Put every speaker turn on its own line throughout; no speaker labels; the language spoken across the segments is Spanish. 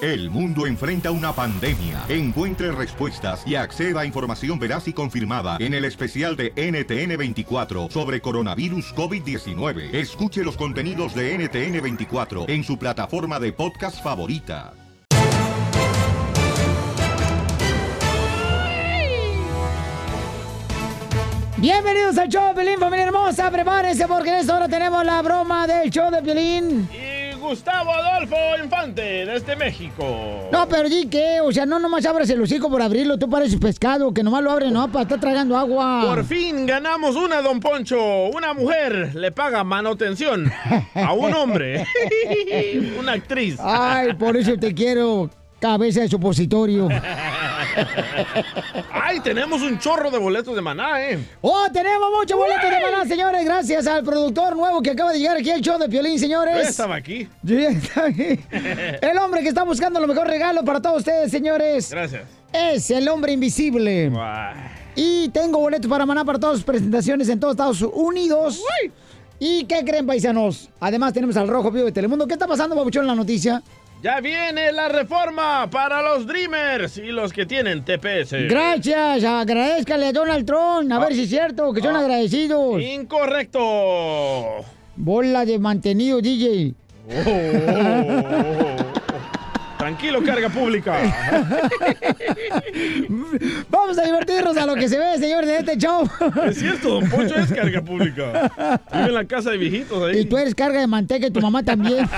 El mundo enfrenta una pandemia. Encuentre respuestas y acceda a información veraz y confirmada en el especial de NTN24 sobre coronavirus COVID-19. Escuche los contenidos de NTN24 en su plataforma de podcast favorita.
Bienvenidos al show de Piolín, familia hermosa. Prepárense porque en esta hora tenemos la broma del show de Piolín.
Y Gustavo Adolfo Infante, desde México.
No, pero di que, o sea, no nomás abres el hocico por abrirlo, tú pareces pescado, que nomás lo abres, no, para estar tragando agua.
Por fin ganamos una, don Poncho. Una mujer le paga manutención a un hombre. una actriz.
Ay, por eso te quiero, cabeza de supositorio.
Ay, tenemos un chorro de boletos de maná, ¿eh?
Oh, tenemos muchos boletos de maná, señores. Gracias al productor nuevo que acaba de llegar aquí al show de Piolín, señores.
Yo ya estaba aquí.
Yo ya estaba aquí. El hombre que está buscando lo mejor regalo para todos ustedes, señores.
Gracias.
Es el hombre invisible. Y tengo boletos para maná para todas sus presentaciones en todos Estados Unidos. ¿Y qué creen, paisanos? Además tenemos al Rojo Vivo de Telemundo. ¿Qué está pasando, Babuchón, en la noticia?
Ya viene la reforma para los Dreamers y los que tienen TPS.
Gracias, agradezcale a Donald Trump, a ver si es cierto, que
Ah.
son agradecidos.
Incorrecto.
Bola de mantenido, DJ.
Oh. Tranquilo, carga pública.
Vamos a divertirnos a lo que se ve, señores, de este show.
Es cierto, don Poncho es carga pública. Vive en la casa de viejitos ahí.
Y tú eres carga de manteca y tu mamá también.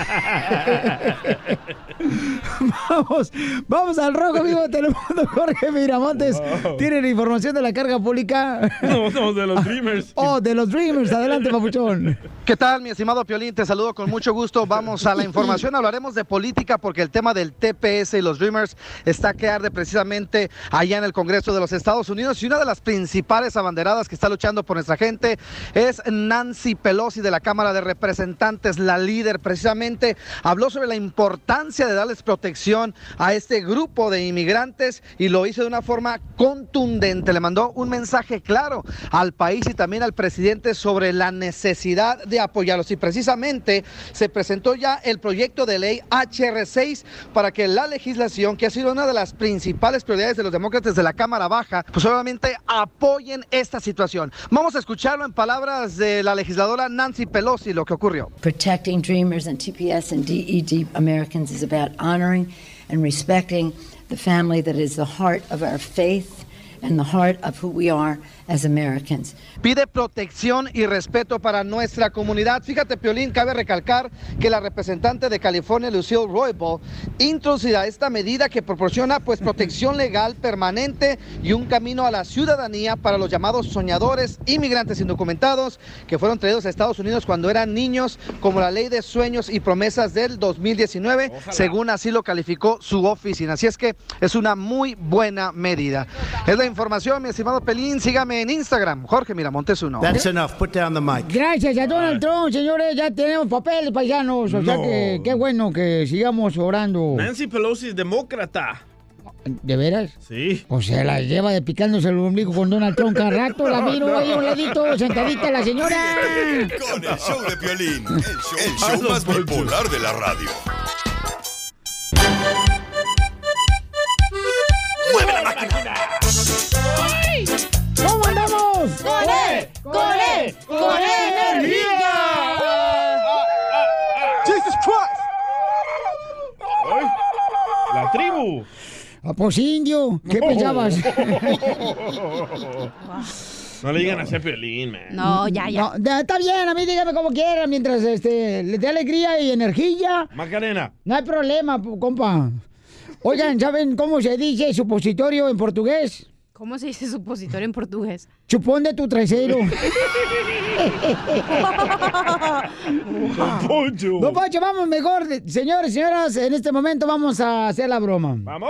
vamos, vamos al rojo vivo de Telemundo. Jorge Miramontes
Wow.
tiene la información de la carga pública.
No, somos de los Dreamers.
Oh, de los Dreamers. Adelante, papuchón.
¿Qué tal, mi estimado Piolín? Te saludo con mucho gusto. Vamos a la información. Hablaremos de política porque el tema del TPS y los Dreamers está que arde precisamente allá en el Congreso de los Estados Unidos. Y una de las principales abanderadas que está luchando por nuestra gente es Nancy Pelosi de la Cámara de Representantes, la líder precisamente. Habló sobre la importancia de darles protección a este grupo de inmigrantes y lo hizo de una forma contundente. Le mandó un mensaje claro al país y también al presidente sobre la necesidad de apoyarlos. Y precisamente se presentó ya el proyecto de ley HR6 para que la legislación, que ha sido una de las principales prioridades de los demócratas de la Cámara Baja, pues obviamente apoyen esta situación. Vamos a escucharlo en palabras de la legisladora Nancy Pelosi, lo que ocurrió.
Protecting Dreamers and TPS and DED Americans is about honoring and respecting the family that is the heart of our faith and the heart of who we are as Americans.
pide protección y respeto para nuestra comunidad. Fíjate, Piolín, cabe recalcar que la representante de California, Lucille Roybal, introducirá esta medida que proporciona pues protección legal permanente y un camino a la ciudadanía para los llamados soñadores, inmigrantes indocumentados que fueron traídos a Estados Unidos cuando eran niños, como la ley de sueños y promesas del 2019, según así lo calificó su oficina. Así es que es una muy buena medida. Es la información, mi estimado Pelín. Sígame en Instagram, Jorge Miramontes uno.
That's
¿Eh?
enough. Put down the mic.
Gracias a Donald Trump, señores. Ya tenemos papeles paisanos. O sea
No.
que qué bueno que sigamos orando.
Nancy Pelosi es demócrata.
¿De veras?
Sí.
O sea, la lleva de picándose el ombligo con Donald Trump cada rato. La miro ahí a un ladito, sentadita la señora.
Con el show de Piolín, el show, el show más bipolar de la radio.
¡Mueve la máquina!
¿Cómo andamos?
¡Con
E,
él! ¡Con él! ¡Con él,
Jesus Christ!
¿Eh?
¡Ay! ¡La tribu!
Ah, pues indio, ¿qué pensabas?
No le digan así a Piolín, man.
No, ya, ya.
No, de- está bien, a mí dígame como quiera, mientras este, le dé alegría y energía.
Macarena.
No hay problema, pu- compa. Oigan, ¿saben cómo se dice supositorio en portugués?
¿Cómo se dice supositorio en portugués?
Chupón de tu trasero.
Don Poncho.
No, Pacho, vamos mejor. de- Señores, señoras, en este momento vamos a hacer la broma.
¡Vamos!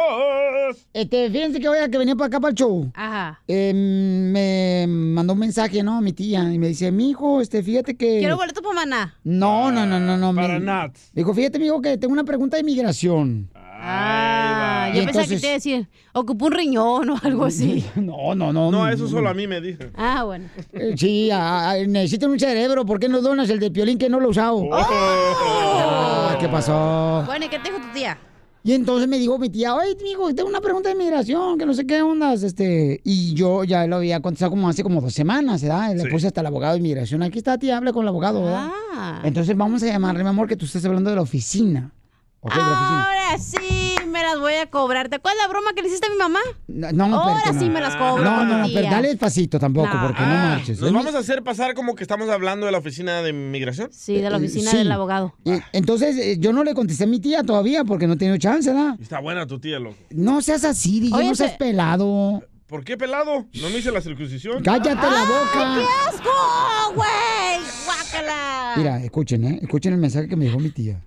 Este, fíjense que voy a que venía para acá para el show.
Ajá.
eh, me mandó un mensaje, ¿no? Mi tía. Y me dice, mijo, este, fíjate que.
Quiero boleto para maná.
No, no, no, no, no.
Para
me-
Nats.
Dijo, fíjate, mijo, que tengo una pregunta de migración.
Ah, yo
Y
pensaba
entonces-
que te iba a decir, ocupo un riñón o algo así.
No, no, no.
No, eso solo a mí me dicen.
Pues Ah, bueno.
Eh, Sí, a- a- necesitan un cerebro. ¿Por qué no donas el de piolín que no lo he usado?
Oh.
Ah, ¿Qué pasó?
Bueno, ¿y qué te dijo tu tía?
Y entonces me dijo mi tía, oye, hijo, tengo una pregunta de migración, que no sé qué ondas, este... Y yo ya lo había contestado como hace como dos semanas, ¿verdad? Y Le
Sí.
puse hasta el abogado de migración, aquí está, tía, habla con el abogado, ¿verdad?
Ah.
Entonces vamos a llamarle, mi amor, que tú estás hablando de la oficina. ¿Ok? De la oficina.
Ahora sí me las voy a cobrar. ¿Te acuerdas la broma que le hiciste a mi mamá?
No, no,
Ahora
espérate, no.
sí me las cobro.
No, no, no,
tía.
pero dale despacito tampoco, porque no
Ah,
marches. ¿eh?
¿Nos
Es mi-
vamos a hacer pasar como que estamos hablando de la oficina de migración?
Sí, de la oficina
Sí.
del abogado.
Eh, Entonces, eh, yo no le contesté a mi tía todavía porque no he tenido chance, ¿verdad?
Está buena tu tía, loco.
No seas así, DJ,
Oye,
no seas
te-
pelado.
¿Por qué pelado? ¿No me hice la circuncisión?
Cállate la boca.
¡Ay, qué asco, güey! ¡Guácala!
Mira, escuchen, ¿eh? Escuchen el mensaje que me dijo mi tía.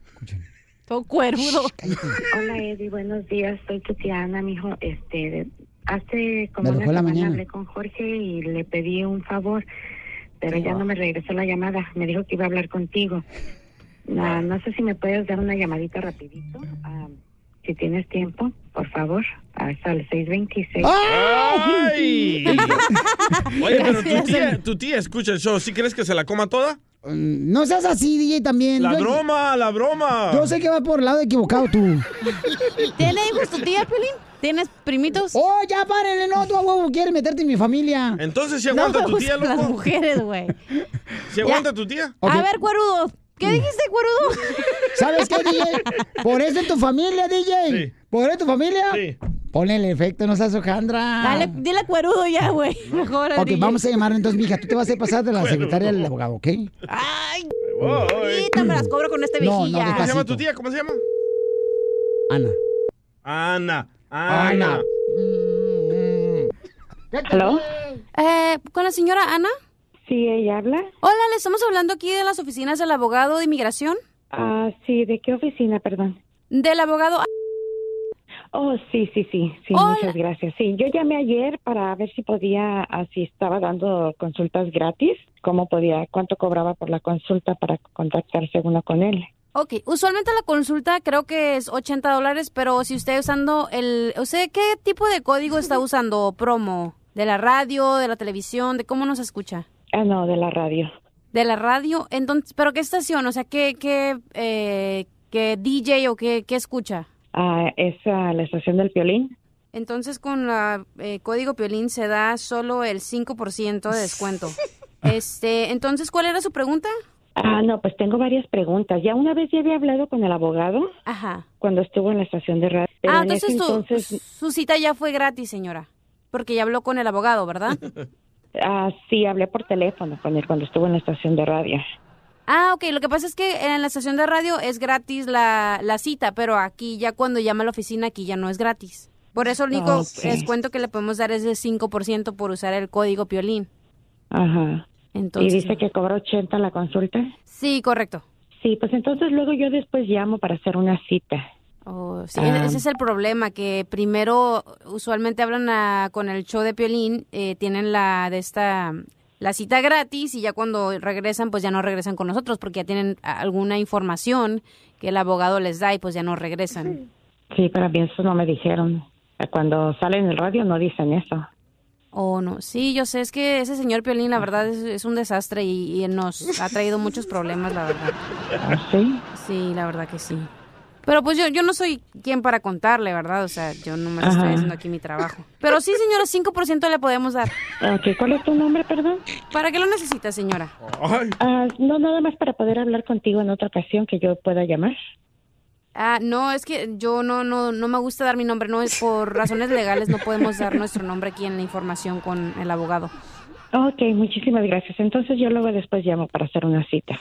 Todo cuervudo.
Hola Eddie, buenos días. Soy tu tía Ana, mijo. Este, de- hace como
Me
una
dejó la
semana
mañana.
hablé con Jorge y le pedí un favor, pero
Sí.
ya no me regresó la llamada. Me dijo que iba a hablar contigo. Ah, no sé si me puedes dar una llamadita rapidito, ah, si tienes tiempo, por favor. Ah, Hasta el 626.
¡Ay! Oye, pero tu
Gracias.
tía, tu tía escucha el show. ¿Sí crees que se la coma toda?
No seas así, DJ, también.
La
Yo-
broma, la broma.
Yo sé que vas por el lado equivocado tú.
¿Tienes hijos tu tía, Pelín? ¿Tienes primitos?
¡Oh, ya párenle! No, tú a huevo quieres meterte en mi familia. pues,
Entonces, ¿sí aguanta
No me
tu tía,
gustan
loco?
las mujeres, güey.
¿Sí aguanta tu tía?
A ver, cuerudo. ¿Qué dijiste, cuerudo?
¿Sabes qué, DJ? Por eso es tu familia, DJ. Por eso es tu familia. Sí. Ponle el efecto, no seas hojandra.
Ah. Dale, dile cuerudo ya, güey. Mejor. al
Ok,
DJ.
vamos a llamar entonces, mija. Tú te vas a hacer pasar de la secretaria del abogado, ¿ok?
Ay, ahorita me las cobro con este
No, no,
viejilla.
despacito. ¿Cómo se llama
tu tía? ¿Cómo se llama?
Ana.
Ana.
Ana.
Ana.
¿Aló?
Eh, ¿Con la señora Ana?
Sí, ella habla.
Hola, le estamos hablando aquí de las oficinas del abogado de inmigración.
Ah, sí, ¿de qué oficina, perdón?
Del abogado.
Oh, sí, sí, sí, sí,
Hola.
muchas gracias. Sí, yo llamé ayer para ver si podía, ah, si estaba dando consultas gratis, cómo podía, cuánto cobraba por la consulta para contactarse uno con él.
Ok, usualmente la consulta creo que es 80 dólares, pero si usted usando el... ¿Usted qué tipo de código está usando? o ¿Promo? ¿De la radio, de la televisión, de cómo nos escucha?
Ah, no, de la radio.
¿De la radio? Entonces, ¿pero qué estación? O sea, ¿qué, qué, eh, qué DJ o qué, qué escucha?
Ah, es ah, la estación del violín.
Entonces con la eh, código Piolín se da solo el 5% de descuento. Este, entonces, ¿cuál era su pregunta?
Ah, no, pues tengo varias preguntas. Ya una vez ya había hablado con el abogado
Ajá.
cuando estuvo en la estación de radio. pero
ah,
en ese
entonces, su-
entonces
su cita ya fue gratis, señora. Porque ya habló con el abogado, ¿verdad?
ah, sí, hablé por teléfono con él cuando estuvo en la estación de radio.
Ah, ok. Lo que pasa es que en la estación de radio es gratis la, la cita, pero aquí ya cuando llama a la oficina, aquí ya no es gratis. Por eso el único
Ah, ok.
descuento que le podemos dar es de 5% por usar el código Piolín.
Ajá.
Entonces-
y dice que cobró 80 la consulta.
Sí, correcto.
Sí, pues entonces luego yo después llamo para hacer una cita.
Oh, sí,
Ah.
Ese es el problema, que primero usualmente hablan a- con el show de Piolín, eh, tienen la de esta la cita gratis y ya cuando regresan pues ya no regresan con nosotros porque ya tienen a- alguna información que el abogado les da y pues ya no regresan.
Sí, pero a mí eso no me dijeron. Cuando sale en el radio no dicen eso.
Oh, no. Sí, yo sé, es que ese señor Piolín, la verdad, es, es un desastre y, y él nos ha traído muchos problemas, la verdad.
¿Ah, ¿Sí?
Sí, la verdad que sí. Pero pues yo, yo no soy quien para contarle, ¿verdad? O sea, yo no me estoy
Ajá.
haciendo aquí mi trabajo. Pero sí, señora, 5% le podemos dar.
Ok, ¿Cuál es tu nombre, perdón?
¿Para qué lo necesita, señora?
Ah, no, nada más para poder hablar contigo en otra ocasión que yo pueda llamar.
Ah, no, es que yo no, no, no me gusta dar mi nombre. No es por razones legales, no podemos dar nuestro nombre aquí en la información con el abogado.
Ok, muchísimas gracias. Entonces yo luego después llamo para hacer una cita.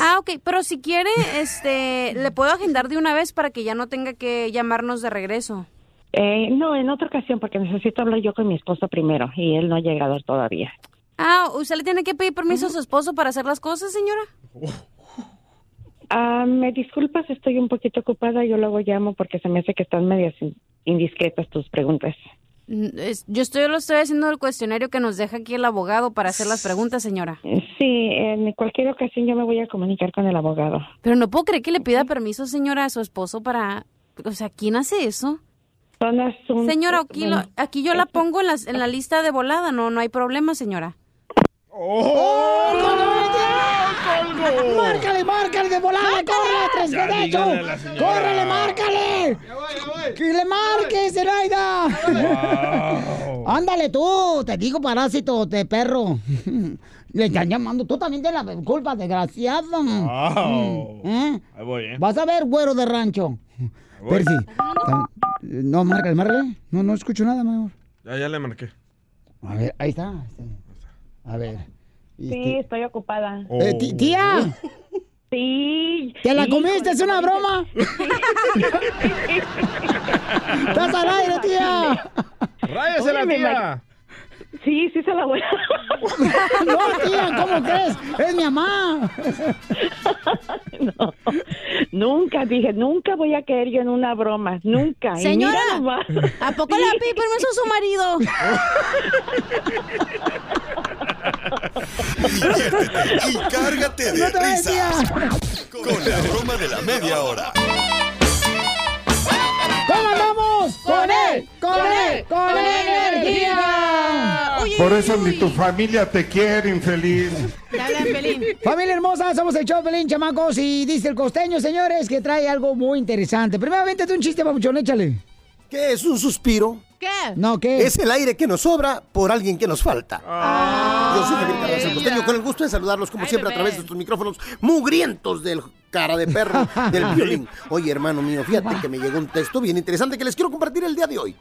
Ah, ok, pero si quiere, este, le puedo agendar de una vez para que ya no tenga que llamarnos de regreso.
Eh, no, en otra ocasión porque necesito hablar yo con mi esposo primero y él no ha llegado todavía.
Ah, ¿usted le tiene que pedir permiso a su esposo para hacer las cosas, señora?
Ah, me disculpas, estoy un poquito ocupada. Yo luego llamo porque se me hace que están medias in- indiscretas tus preguntas.
Mm, es- Yo estoy, lo estoy haciendo el cuestionario que nos deja aquí el abogado para hacer las preguntas, señora.
Sí, en cualquier ocasión yo me voy a comunicar con el abogado.
Pero no puedo creer que le pida permiso, señora, a su esposo para... O sea, ¿quién hace eso?
Son asuntos-
Señora, aquí, lo-
bueno,
aquí yo la pongo en, las- en la lista de volada, no no hay problema, señora.
¡Márcale, márcale de volada! ¡Córrele, tres
Ya
de
dígale
hecho!
a la señora.
¡Córrele, márcale! ¡Que le marques, Zenaida! Ándale tú, te digo parásito de perro. Le están llamando, tú también tienes la culpa, desgraciado.
Wow.
Mm, ¿eh?
Ahí voy, ¿eh?
Vas a ver, güero de rancho. Percy. tam- No, márcale, márcale. No, no escucho nada, mi amor.
Ya, ya le marqué.
A ver, ahí está. A ver.
Sí, estoy ocupada.
Eh,
Oh.
ti- tía,
Sí.
¿te la
híjole,
comiste? ¿Es una broma? ¡Estás al aire, tía!
¡Ráyasela,
Oye, me
tía!
Sí, sí se la voy a...
No, tía, ¿cómo crees? Es mi mamá.
No, nunca dije, nunca voy a caer yo en una broma, nunca. Y mira
Señora,
nomás.
¿a poco la Piper no es su marido?
Diviértete y cárgate de
No te vayas,
risas
tía.
con la broma de la media hora.
¿Cómo andamos?
¡Con
E,
él! ¡Con
E,
él! ¡Con energía!
Oye,
Por eso
uy,
ni tu familia te quiere, infeliz.
te hablan, Pelín.
Familia hermosa, somos el Chopelín, chamacos, y dice el costeño, señores, que trae algo muy interesante. Primero, véntate un chiste, papuchón, échale.
¿Qué es un suspiro?
¿Qué?
No, ¿qué?
Es el aire que nos sobra por alguien que nos falta. Yo soy Javier Carranza, el costeño, con el gusto de saludarlos como
Ah. Ay,
siempre a
bebé.
través de estos micrófonos mugrientos del cara de perro del violín. Oye, hermano mío, fíjate que me llegó un texto bien interesante que les quiero compartir el día de hoy.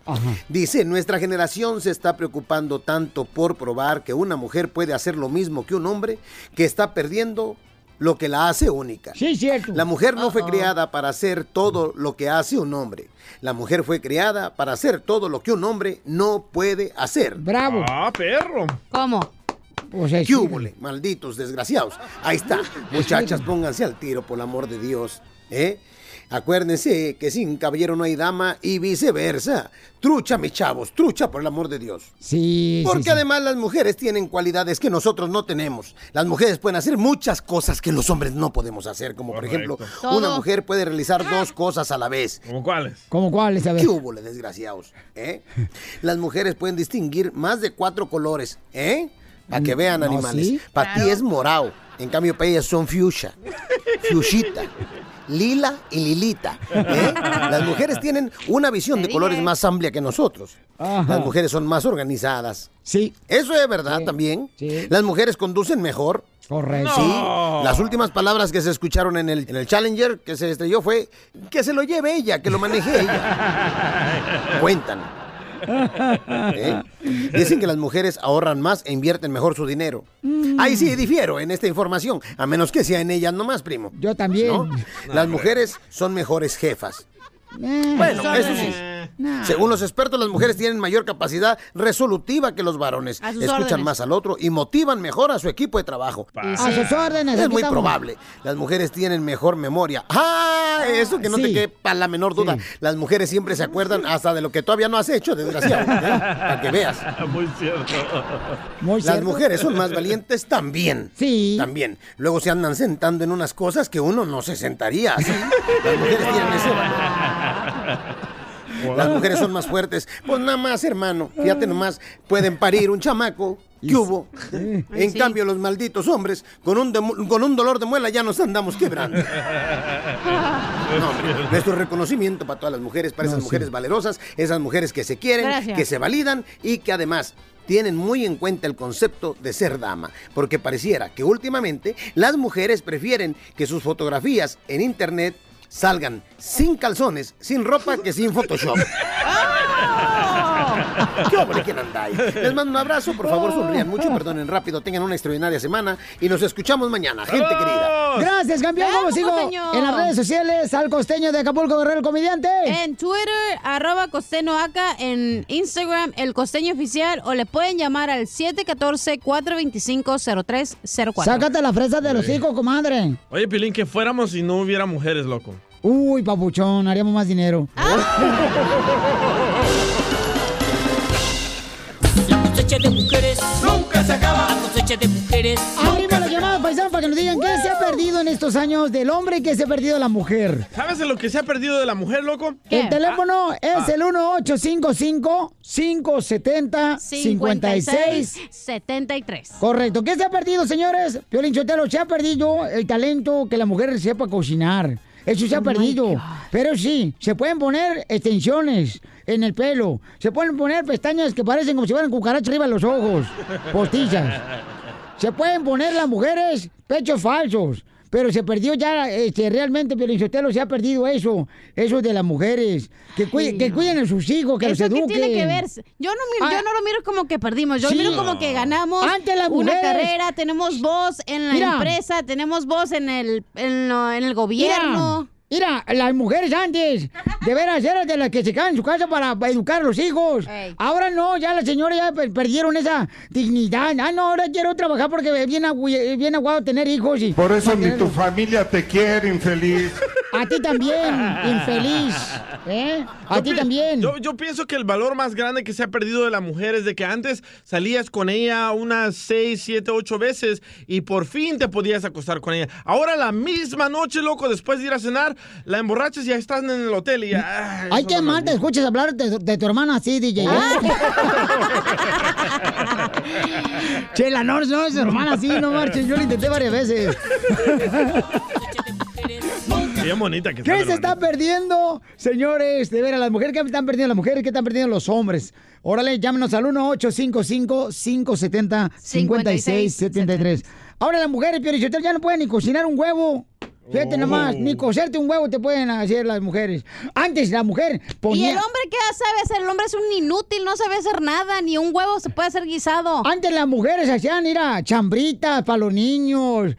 Dice, nuestra generación se está preocupando tanto por probar que una mujer puede hacer lo mismo que un hombre que está perdiendo lo que la hace única.
Sí, cierto. Ah,
La mujer no fue creada para hacer todo lo que hace un hombre. La mujer fue creada para hacer todo lo que un hombre no puede hacer.
Bravo.
¡Ah, perro!
¿Cómo?
Pues es-
¿Qué húbole, malditos desgraciados? Ahí está. Muchachas, pónganse al tiro, por el amor de Dios. ¿eh? Acuérdense que sin caballero no hay dama y viceversa. Trucha, mis chavos, trucha, por el amor de Dios.
Sí, sí,
Porque
sí.
además las mujeres tienen cualidades que nosotros no tenemos. Las mujeres pueden hacer muchas cosas que los hombres no podemos hacer, como
Correcto.
por ejemplo, una mujer puede realizar dos
Ah.
cosas a la vez.
¿Cómo cuáles?
¿Cómo cuáles? A ver.
¿Qué hubo, les desgraciados? ¿Eh? Las mujeres pueden distinguir más de cuatro colores, ¿eh? Para que vean,
Mm, no,
animales.
¿sí?
Para ti es morado. En cambio, para ellas son fuchsia, fuchita, lila y lilita. ¿eh? Las mujeres tienen una visión de colores más amplia que nosotros.
Ajá.
Las mujeres son más organizadas.
Sí,
Eso es verdad también.
sí.
Las mujeres conducen mejor.
correcto.
Sí,
No.
las últimas palabras que se escucharon en el, en el Challenger que se estrelló fue que se lo lleve ella, que lo maneje ella. Cuentan. ¿Eh? Dicen que las mujeres ahorran más e invierten mejor su dinero.
Mm.
Ahí sí difiero en esta información, a menos que sea en ellas nomás, primo.
Yo también.
¿No? Las mujeres son mejores jefas.
Eh,
Bueno, eso sí.
nah.
Según los expertos, las mujeres tienen mayor capacidad resolutiva que los varones.
A sus
Escuchan
órdenes.
más al otro y motivan mejor a su equipo de trabajo.
A sus órdenes.
Es
aquí
muy
estamos.
probable. Las mujeres tienen mejor memoria. ¡Ah! Eso que no
sí.
te quede para la menor duda. Las mujeres siempre se acuerdan hasta de lo que todavía no has hecho, desgraciado. ¿eh? Para que veas.
Muy cierto.
Muy
Las
cierto.
mujeres son más valientes también.
Sí.
También. Luego se andan sentando en unas cosas que uno no se sentaría. así. Las mujeres tienen ese valor. Las mujeres son más fuertes. Pues nada más, hermano. Fíjate nomás, pueden parir un chamaco. ¿Qué hubo? En
sí.
cambio, los malditos hombres, con un, demu- con un dolor de muela ya nos andamos quebrando. No, hombre, nuestro reconocimiento para todas las mujeres, para esas
No, sí.
mujeres valerosas, esas mujeres que se quieren,
Gracias.
que se validan y que además tienen muy en cuenta el concepto de ser dama, porque pareciera que últimamente las mujeres prefieren que sus fotografías en internet salgan sin calzones, sin ropa, que sin Photoshop. ¡Qué hombre, quién anda ahí? Les mando un abrazo, por favor, sonrían mucho, perdonen rápido, tengan una extraordinaria semana y nos escuchamos mañana, gente querida.
Gracias, campeón.
Bravo,
Como sigo
costeño.
en las redes sociales, al costeño de Acapulco Guerrero, el comediante.
En Twitter, arroba costeño acá, en Instagram, el costeño oficial, o le pueden llamar al 714-425-0304.
Sácate la fresa de los hijos, comadre.
Oye, Pilín, que fuéramos si no hubiera mujeres, loco.
Uy, papuchón, haríamos más dinero.
cosecha de mujeres nunca se acaba. La cosecha de mujeres
Arriba las llamadas, paisanos, para que nos digan qué se ha perdido en estos años del hombre y qué se ha perdido de la mujer.
¿Sabes de lo que se ha perdido de la mujer, loco?
¿Qué?
El teléfono
Ah.
es el 1855-570-56.
73.
Correcto. ¿Qué se ha perdido, señores? Piolín Chotelo, se ha perdido el talento que la mujer sepa cocinar. Eso se ha
Oh, my
perdido.
God.
Pero sí, se pueden poner extensiones en el pelo. Se pueden poner pestañas que parecen como si fueran cucarachas arriba de los ojos. Postillas. Se pueden poner las mujeres pechos falsos. Pero se perdió ya, este, realmente, Piolinchotelo, se ha perdido eso. Eso de las mujeres. Que, cuide- que cuiden a sus hijos, que
¿Eso
los
qué
eduquen.
tiene que ver? Yo no, miro- yo no lo miro como que perdimos, yo
Sí.
lo miro como que ganamos
Antes las
una
mujeres-
carrera, tenemos voz en la
Mira.
empresa, tenemos voz en el, en lo- en el gobierno.
Mira, mira, las mujeres antes, de veras, eran de las que se quedaban en su casa para educar a los hijos.
Ey.
Ahora no, ya las señoras ya per- perdieron esa dignidad. Ah, no, ahora quiero trabajar porque es bien, agu- eh, bien aguado tener hijos. Y
Por eso ni
mantenerlos.
tu familia te quiere, infeliz.
A ti también, infeliz. ¿Eh? A
Yo
ti
pi-
también.
Yo, yo pienso que el valor más grande que se ha perdido de la mujer es de que antes salías con ella unas 6, 7, 8 veces y por fin te podías acostar con ella. Ahora la misma noche, loco, después de ir a cenar, la emborrachas y ya estás en el hotel y ya...
Ay, qué mal te escuchas hablar de, de tu hermana así, DJ. ¿eh? Chela, no, no, es hermana así, no marches. Yo lo intenté varias veces.
Bien bonita que está,
¿Qué se
hermano.
está perdiendo, señores? De ver a las mujeres, ¿qué están perdiendo las mujeres? ¿Qué están perdiendo los hombres? Órale, llámenos al 1-855-570-5673. Ahora las mujeres, Piorichotel, ya no pueden ni cocinar un huevo. Fíjate nomás, ni coserte un huevo te pueden hacer las mujeres. Antes la mujer ponía...
¿Y el hombre qué sabe hacer? El hombre es un inútil, no sabe hacer nada, ni un huevo se puede hacer guisado.
Antes las mujeres hacían, mira, chambritas para los niños.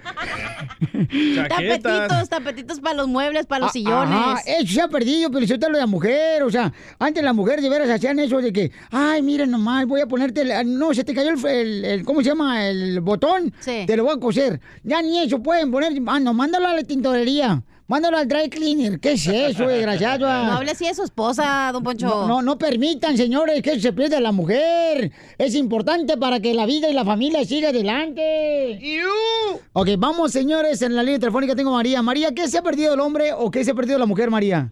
Tapetitos, tapetitos para los muebles, para los
Ah,
sillones.
ajá, eso se ha perdido, pero yo te lo de la mujer, o sea, antes la mujer de veras hacían eso de que, ay, mira nomás, voy a ponerte, el- ah, no, se te cayó el, el- el- ¿cómo se llama? El botón, te lo voy a coser. Ya ni eso pueden poner, ah, no, mándalo a la tintorería, mándalo al dry cleaner, ¿qué es eso, desgraciado?
No hable así de su esposa, don Poncho.
No, no, no permitan, señores, que eso se pierda la mujer. Es importante para que la vida y la familia siga adelante. Ok, vamos, señores, en la línea telefónica tengo a María. María, ¿qué se ha perdido el hombre o qué se ha perdido la mujer, María?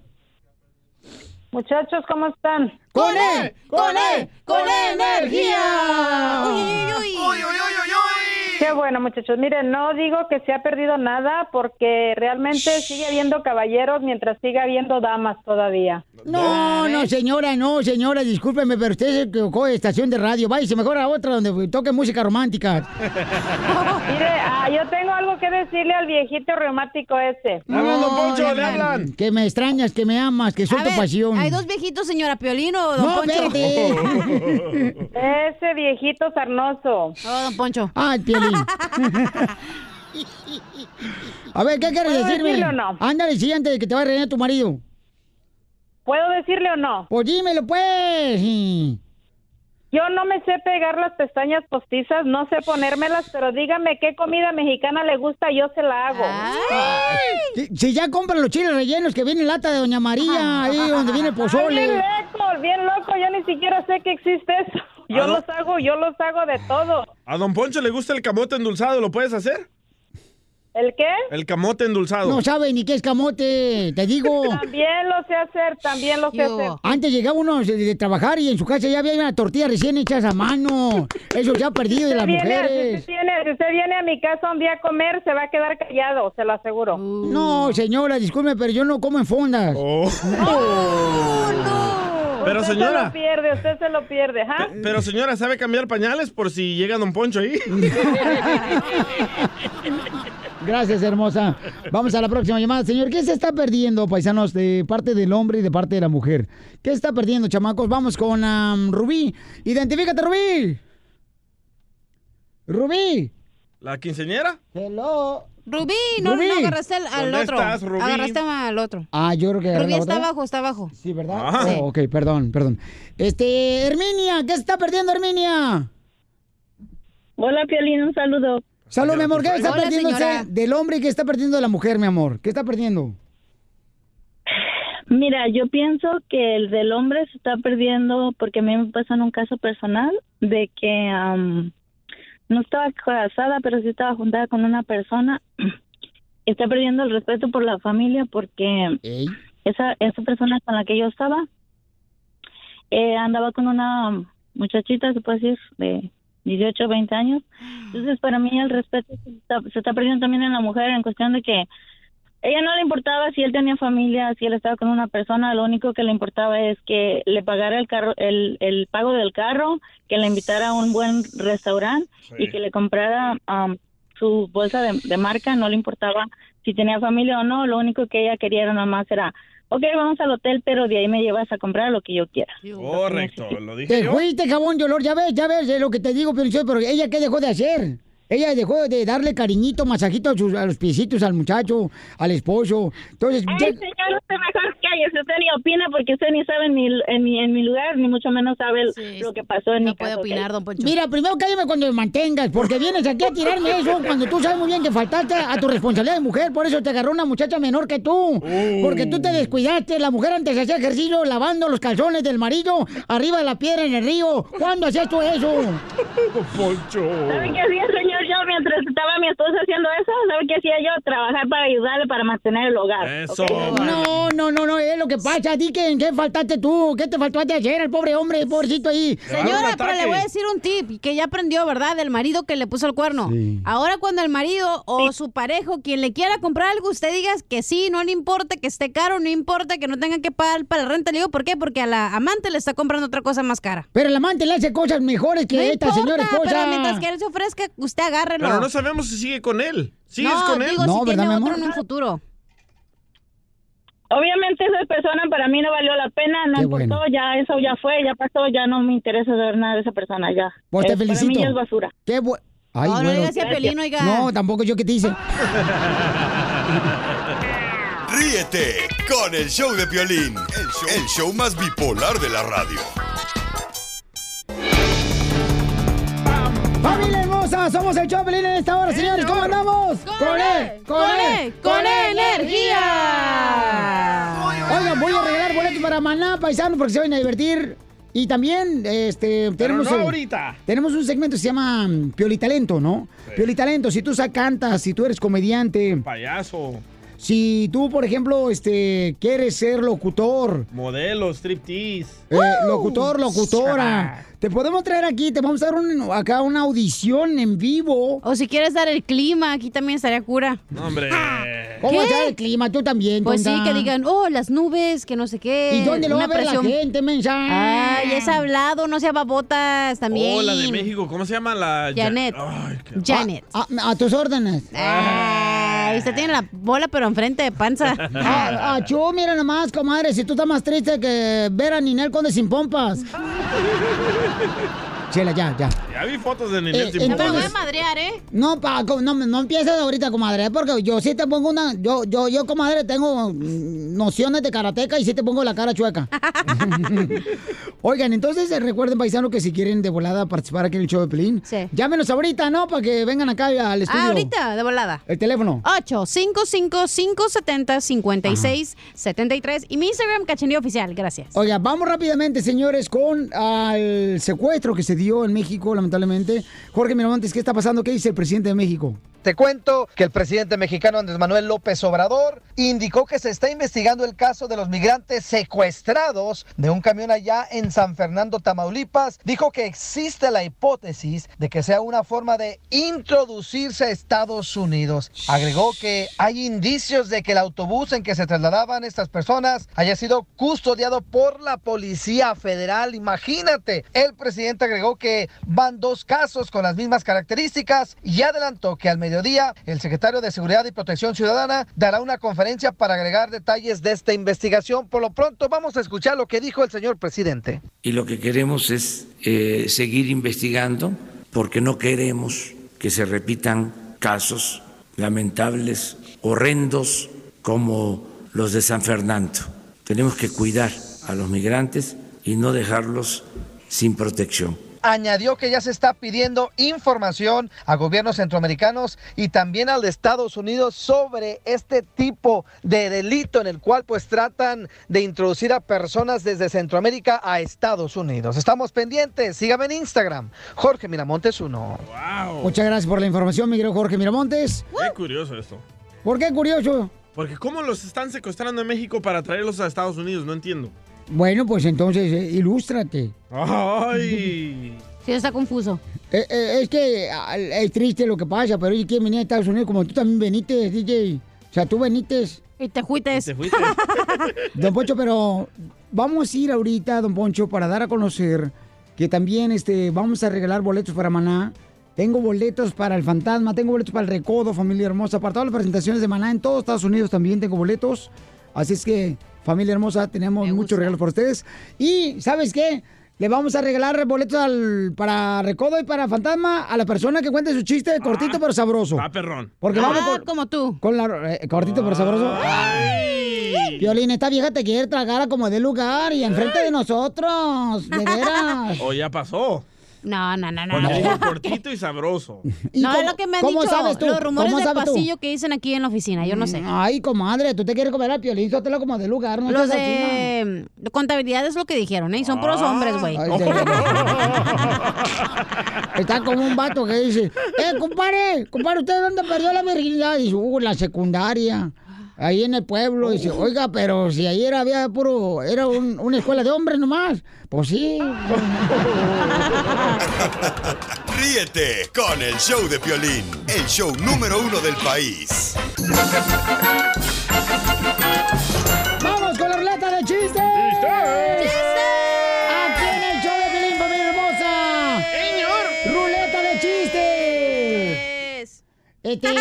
Muchachos, ¿cómo están?
¡Con él!
¡Con
él! ¡Con energía!
Uy, Qué bueno, muchachos. Miren, no digo que se ha perdido nada porque realmente sigue habiendo caballeros mientras siga habiendo damas todavía.
No, no, señora, no, señora, discúlpeme, pero usted se equivocó de estación de radio. Váyase mejor a otra donde toque música romántica.
Mire, ah, yo tengo algo que decirle al viejito reumático ese.
Oigan, Que me extrañas, que me amas, que soy
A
tu
ver,
pasión.
¿Hay dos viejitos, señora Piolino o don
No,
Poncho?
espérate.
Ese viejito sarnoso.
Oh, don Poncho.
Ay, Piolín. A ver, ¿qué quieres
¿Puedo
decirme?
decirle o no?
Ándale, sí, antes de que te va a regañar tu marido.
¿Puedo decirle o no?
Pues dímelo, pues.
Yo no me sé pegar las pestañas postizas, no sé ponérmelas, pero dígame qué comida mexicana le gusta, yo se la hago.
Ah. Si, si ya compra los chiles rellenos que viene en lata de Doña María, ahí donde viene el pozole.
Bien loco, bien loco, yo ni siquiera sé que existe eso. Yo
Ah, no.
los hago, yo los hago de todo.
A don Poncho le gusta el camote endulzado, ¿lo puedes hacer?
¿El qué?
El camote endulzado.
No sabe ni qué es camote, te digo.
También lo sé hacer, también lo sé hacer.
Antes llegaba uno de, de trabajar y en su casa ya había una tortilla recién hecha a mano. Eso se ha perdido de las
Usted viene- si,
mujeres.
usted viene, si usted viene a mi casa un día a comer, se va a quedar callado, se lo aseguro.
No, señora, disculpe, pero yo no como en fondas.
Oh.
Pero,
usted se
señora.
lo pierde, usted se lo pierde, ¿ah?
Pero señora, ¿sabe cambiar pañales por si llega don Poncho ahí?
Gracias, hermosa. Vamos a la próxima llamada. Señor, ¿qué se está perdiendo, paisanos, de parte del hombre y de parte de la mujer? ¿Qué se está perdiendo, chamacos? Vamos con am, Rubí. Identifícate, Rubí. Rubí.
¿La quinceñera?
Hello.
Rubí, no,
Rubí.
no agarraste al, al
¿Dónde
otro.
estás, Rubí?
Agarraste al otro.
Ah, yo creo que... agarré
Rubí
la
está
otra.
abajo, está abajo.
Sí, ¿verdad?
Ah.
Ajá.
Ah.
Sí.
Oh, ok, perdón, perdón. Este, Herminia, ¿qué se está perdiendo, Herminia?
Hola, Piolín, un saludo.
Salud, mi amor. ¿Qué está
Hola,
perdiendo
señora.
del hombre y qué está perdiendo de la mujer, mi amor? ¿Qué está perdiendo?
Mira, yo pienso que el del hombre se está perdiendo porque a mí me pasó en un caso personal de que am, no estaba casada, pero sí estaba juntada con una persona. Está perdiendo el respeto por la familia porque esa, esa persona con la que yo estaba eh, andaba con una muchachita, se puede decir, de 18, 20 años. Entonces, para mí el respeto se está, se está perdiendo también en la mujer en cuestión de que Ella no le importaba si él tenía familia, si él estaba con una persona, lo único que le importaba es que le pagara el carro, el, el pago del carro, que le invitara a un buen restaurante y que le comprara um, su bolsa de, de marca, no le importaba si tenía familia o no, lo único que ella quería era nomás era, ok, vamos al hotel, pero de ahí me llevas a comprar lo que yo quiera.
Correcto, lo dije
Te
yo.
fuiste, jabón de olor, ya ves, ya ves eh, lo que te digo, Piolichotelo, pero ella qué dejó de hacer. Ella dejó de darle cariñito, masajito a, sus- a los piecitos al muchacho, al esposo. Entonces,
Ay,
ya-
señor, usted mejor cállese, usted ni opina porque usted ni sabe en mi, en mi, en mi lugar, ni mucho menos sabe el- lo que pasó en mi casa. ¿ok?
Mira, primero cállame cuando me mantengas, porque vienes aquí a tirarme eso cuando tú sabes muy bien que faltaste a tu responsabilidad de mujer, por eso te agarró una muchacha menor que tú, porque tú te descuidaste, la mujer antes hacía ejercicio lavando los calzones del marido arriba de la piedra en el río. ¿Cuándo hacías tú eso?
Poncho.
¿Sabe qué hacía, señor? Yo mientras estaba mi esposa haciendo eso, ¿sabe qué hacía yo? Trabajar para ayudarle para mantener el hogar.
Eso.
No, no, no, no, es lo que pasa. Di que en qué faltaste tú, qué te faltó de hacer al pobre hombre, pobrecito ahí.
Señora, pero le voy a decir un tip que ya aprendió, ¿verdad? Del marido que le puso el cuerno. Ahora cuando el marido o su parejo, quien le quiera comprar algo, usted diga que sí, no le importa, que esté caro, no importa, que no tengan que pagar para la renta. Le digo, ¿por qué? Porque a la amante le está comprando otra cosa más cara.
Pero el amante le hace cosas mejores que
no
esta
importa,
señora esposa.
Pero mientras que él se ofrezca, usted agárrelo.
Pero no sabemos si sigue con él. ¿Sigues
No,
con él?
digo, si tiene otro en un futuro.
Obviamente esa persona para mí no valió la pena, no importó, ya eso ya fue, ya pasó, ya no me interesa saber nada de esa persona, ya.
Pues te
Es- para mí
felicito.
ya es basura.
Qué bu- Ay,
No, no
bueno.
le digas a Piolín, oiga.
No, tampoco yo que te hice.
Ríete con el show de Piolín, el show, el show más bipolar de la radio.
¡Familia hermosa! Somos el Chopelín en esta hora, señores. ¿Cómo andamos? ¡Con él! ¡Con E él!
¡Con energía!
Oigan, voy a regalar boletos para Maná, paisanos, porque se van a divertir. Y también, este, tenemos...
no
el-
ahorita.
Tenemos un segmento que se llama mm, Pioli Talento, ¿no? Pioli Talento, si tú sa- cantas, si tú eres comediante,
Payaso,
si tú, por ejemplo, este, quieres ser locutor,
modelo, striptease.
eh, locutor, locutora. Te podemos traer aquí, te vamos a dar un- acá una audición en vivo.
O si quieres dar el clima, aquí también estaría cura.
No, hombre.
Ah.
¿Cómo
¿Qué?
está el clima? Tú también,
Pues sí,
tonta.
que digan, oh, las nubes, que no sé qué.
¿Y dónde lo va
una
a ver la
presión-
gente, mensa?
Ay, es hablado, no sea babotas también.
Oh, la de México. ¿Cómo se llama la? Ya-
Janet.
Ay,
Janet.
A, Ah, a tus órdenes.
Ay, usted tiene la bola, pero enfrente de panza.
Ah, ah, chú, mira nomás, comadre, si tú estás más triste que ver a Ninel Conde sin pompas. Chela, ya, ya.
ya vi fotos de Ninel
Eh,
sin
Me voy a
bolas.
madrear, ¿eh?
No, pa, co- no, no empieces ahorita, comadre, ¿eh? porque yo sí te pongo una... Yo, yo, yo comadre, tengo mm, nociones de karateca y sí te pongo la cara chueca. Oigan, entonces eh, recuerden, paisano, que si quieren de volada participar aquí en el show de Pelín, llámenos ahorita, ¿no? Para que vengan acá al estudio.
Ah, ahorita, de volada.
El teléfono.
855-570-5673 y mi Instagram, cachenillo oficial. Gracias.
Oiga, vamos rápidamente, señores, con al secuestro que se dio en México, lamentablemente. Jorge Miramontes, ¿qué está pasando? ¿Qué dice el presidente de México?
Te cuento que el presidente mexicano Andrés Manuel López Obrador indicó que se está investigando el caso de los migrantes secuestrados de un camión allá en San Fernando, Tamaulipas. Dijo que existe la hipótesis de que sea una forma de introducirse a Estados Unidos. Agregó que hay indicios de que el autobús en que se trasladaban estas personas haya sido custodiado por la Policía Federal. Imagínate, el presidente agregó que van dos casos con las mismas características y adelantó que al mediodía el secretario de Seguridad y Protección Ciudadana dará una conferencia para agregar detalles de esta investigación. Por lo pronto vamos a escuchar lo que dijo el señor presidente.
y lo que queremos es eh, seguir investigando porque no queremos que se repitan casos lamentables, horrendos como los de San Fernando. Tenemos que cuidar a los migrantes y no dejarlos sin protección.
Añadió que ya se está pidiendo información a gobiernos centroamericanos y también al de Estados Unidos sobre este tipo de delito en el cual pues tratan de introducir a personas desde Centroamérica a Estados Unidos. Estamos pendientes, sígame en Instagram, Jorge Miramontes 1.
Muchas gracias por la información, mi querido Jorge Miramontes.
Qué curioso esto.
¿Por qué curioso?
Porque ¿cómo los están secuestrando en México para traerlos a Estados Unidos? No entiendo.
Bueno, pues entonces, eh, ilústrate.
Ay.
Sí, está confuso.
Eh, eh, es que ah, es triste lo que pasa, pero ellos quieren venir a Estados Unidos como tú también veniste, DJ. O sea, tú venites.
Y te juites.
Don Poncho, pero vamos a ir ahorita, Don Poncho, para dar a conocer que también este, vamos a regalar boletos para Maná. Tengo boletos para El Fantasma, tengo boletos para El Recodo, familia hermosa, para todas las presentaciones de Maná en todos Estados Unidos también tengo boletos. Así es que, familia hermosa, tenemos muchos regalos para ustedes. Y, ¿sabes qué? Le vamos a regalar boletos al- para Recodo y para Fantasma a la persona que cuente su chiste cortito pero sabroso.
Ah, perrón.
Porque vamos
Ah,
con-
como tú.
con la eh, cortito pero sabroso.
Ah.
Violín, esta vieja te quiere tragar a como de lugar y enfrente de nosotros, de veras.
O ya pasó.
No, no, no, no.
Porque dijo
No,
cortito y sabroso.
No, es lo que me han
cómo
dicho
sabes tú?
los rumores
¿Cómo
del
sabes tú?
pasillo que dicen aquí en la oficina, yo no sé.
Ay, comadre, tú te quieres comer al Piolín Sotelo como de lugar, no
Los
seas
de mm, contabilidad es lo que dijeron, ¿eh? Y son puros
Ah.
hombres, güey.
Ay, de así. Está como un vato que dice, eh, compadre, compadre, ¿usted dónde perdió la virginidad? Dice, uh, la secundaria. Ahí en el pueblo, dice, oiga, pero si ayer había puro, era un- una escuela de hombres nomás. Pues sí.
Ríete con el show de Piolín, el show número uno del país.
¡Vamos con la ruleta de chistes! ¡Chistes! ¡Aquí en el show de Pelín, familia hermosa! ¡Señor! ¡Ruleta de chistes! Este,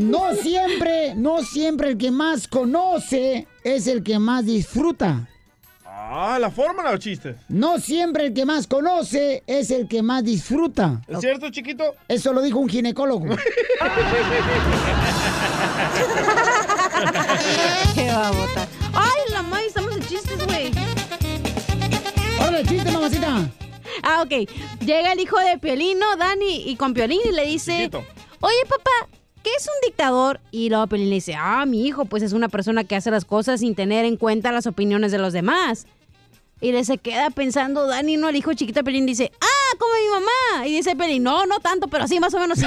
no siempre, no siempre el que más conoce es el que más disfruta.
Ah, la fórmula o chiste.
No siempre el que más conoce es el que más disfruta.
¿Es cierto, chiquito?
Eso lo dijo un ginecólogo.
Qué babota. Ay, la madre, estamos en chistes, güey.
Órale, chiste, mamacita.
Ah, ok. Llega el hijo de Piolino, Dani, y con Piolín y le dice... Oye, papá, ¿qué es un dictador? Y luego Piolín le dice, ah, mi hijo, pues es una persona que hace las cosas sin tener en cuenta las opiniones de los demás. Y le se queda pensando, Dani, no, el hijo chiquito de Piolín dice, ah, como mi mamá. Y dice Piolín, no, no tanto, pero sí, más o menos sí.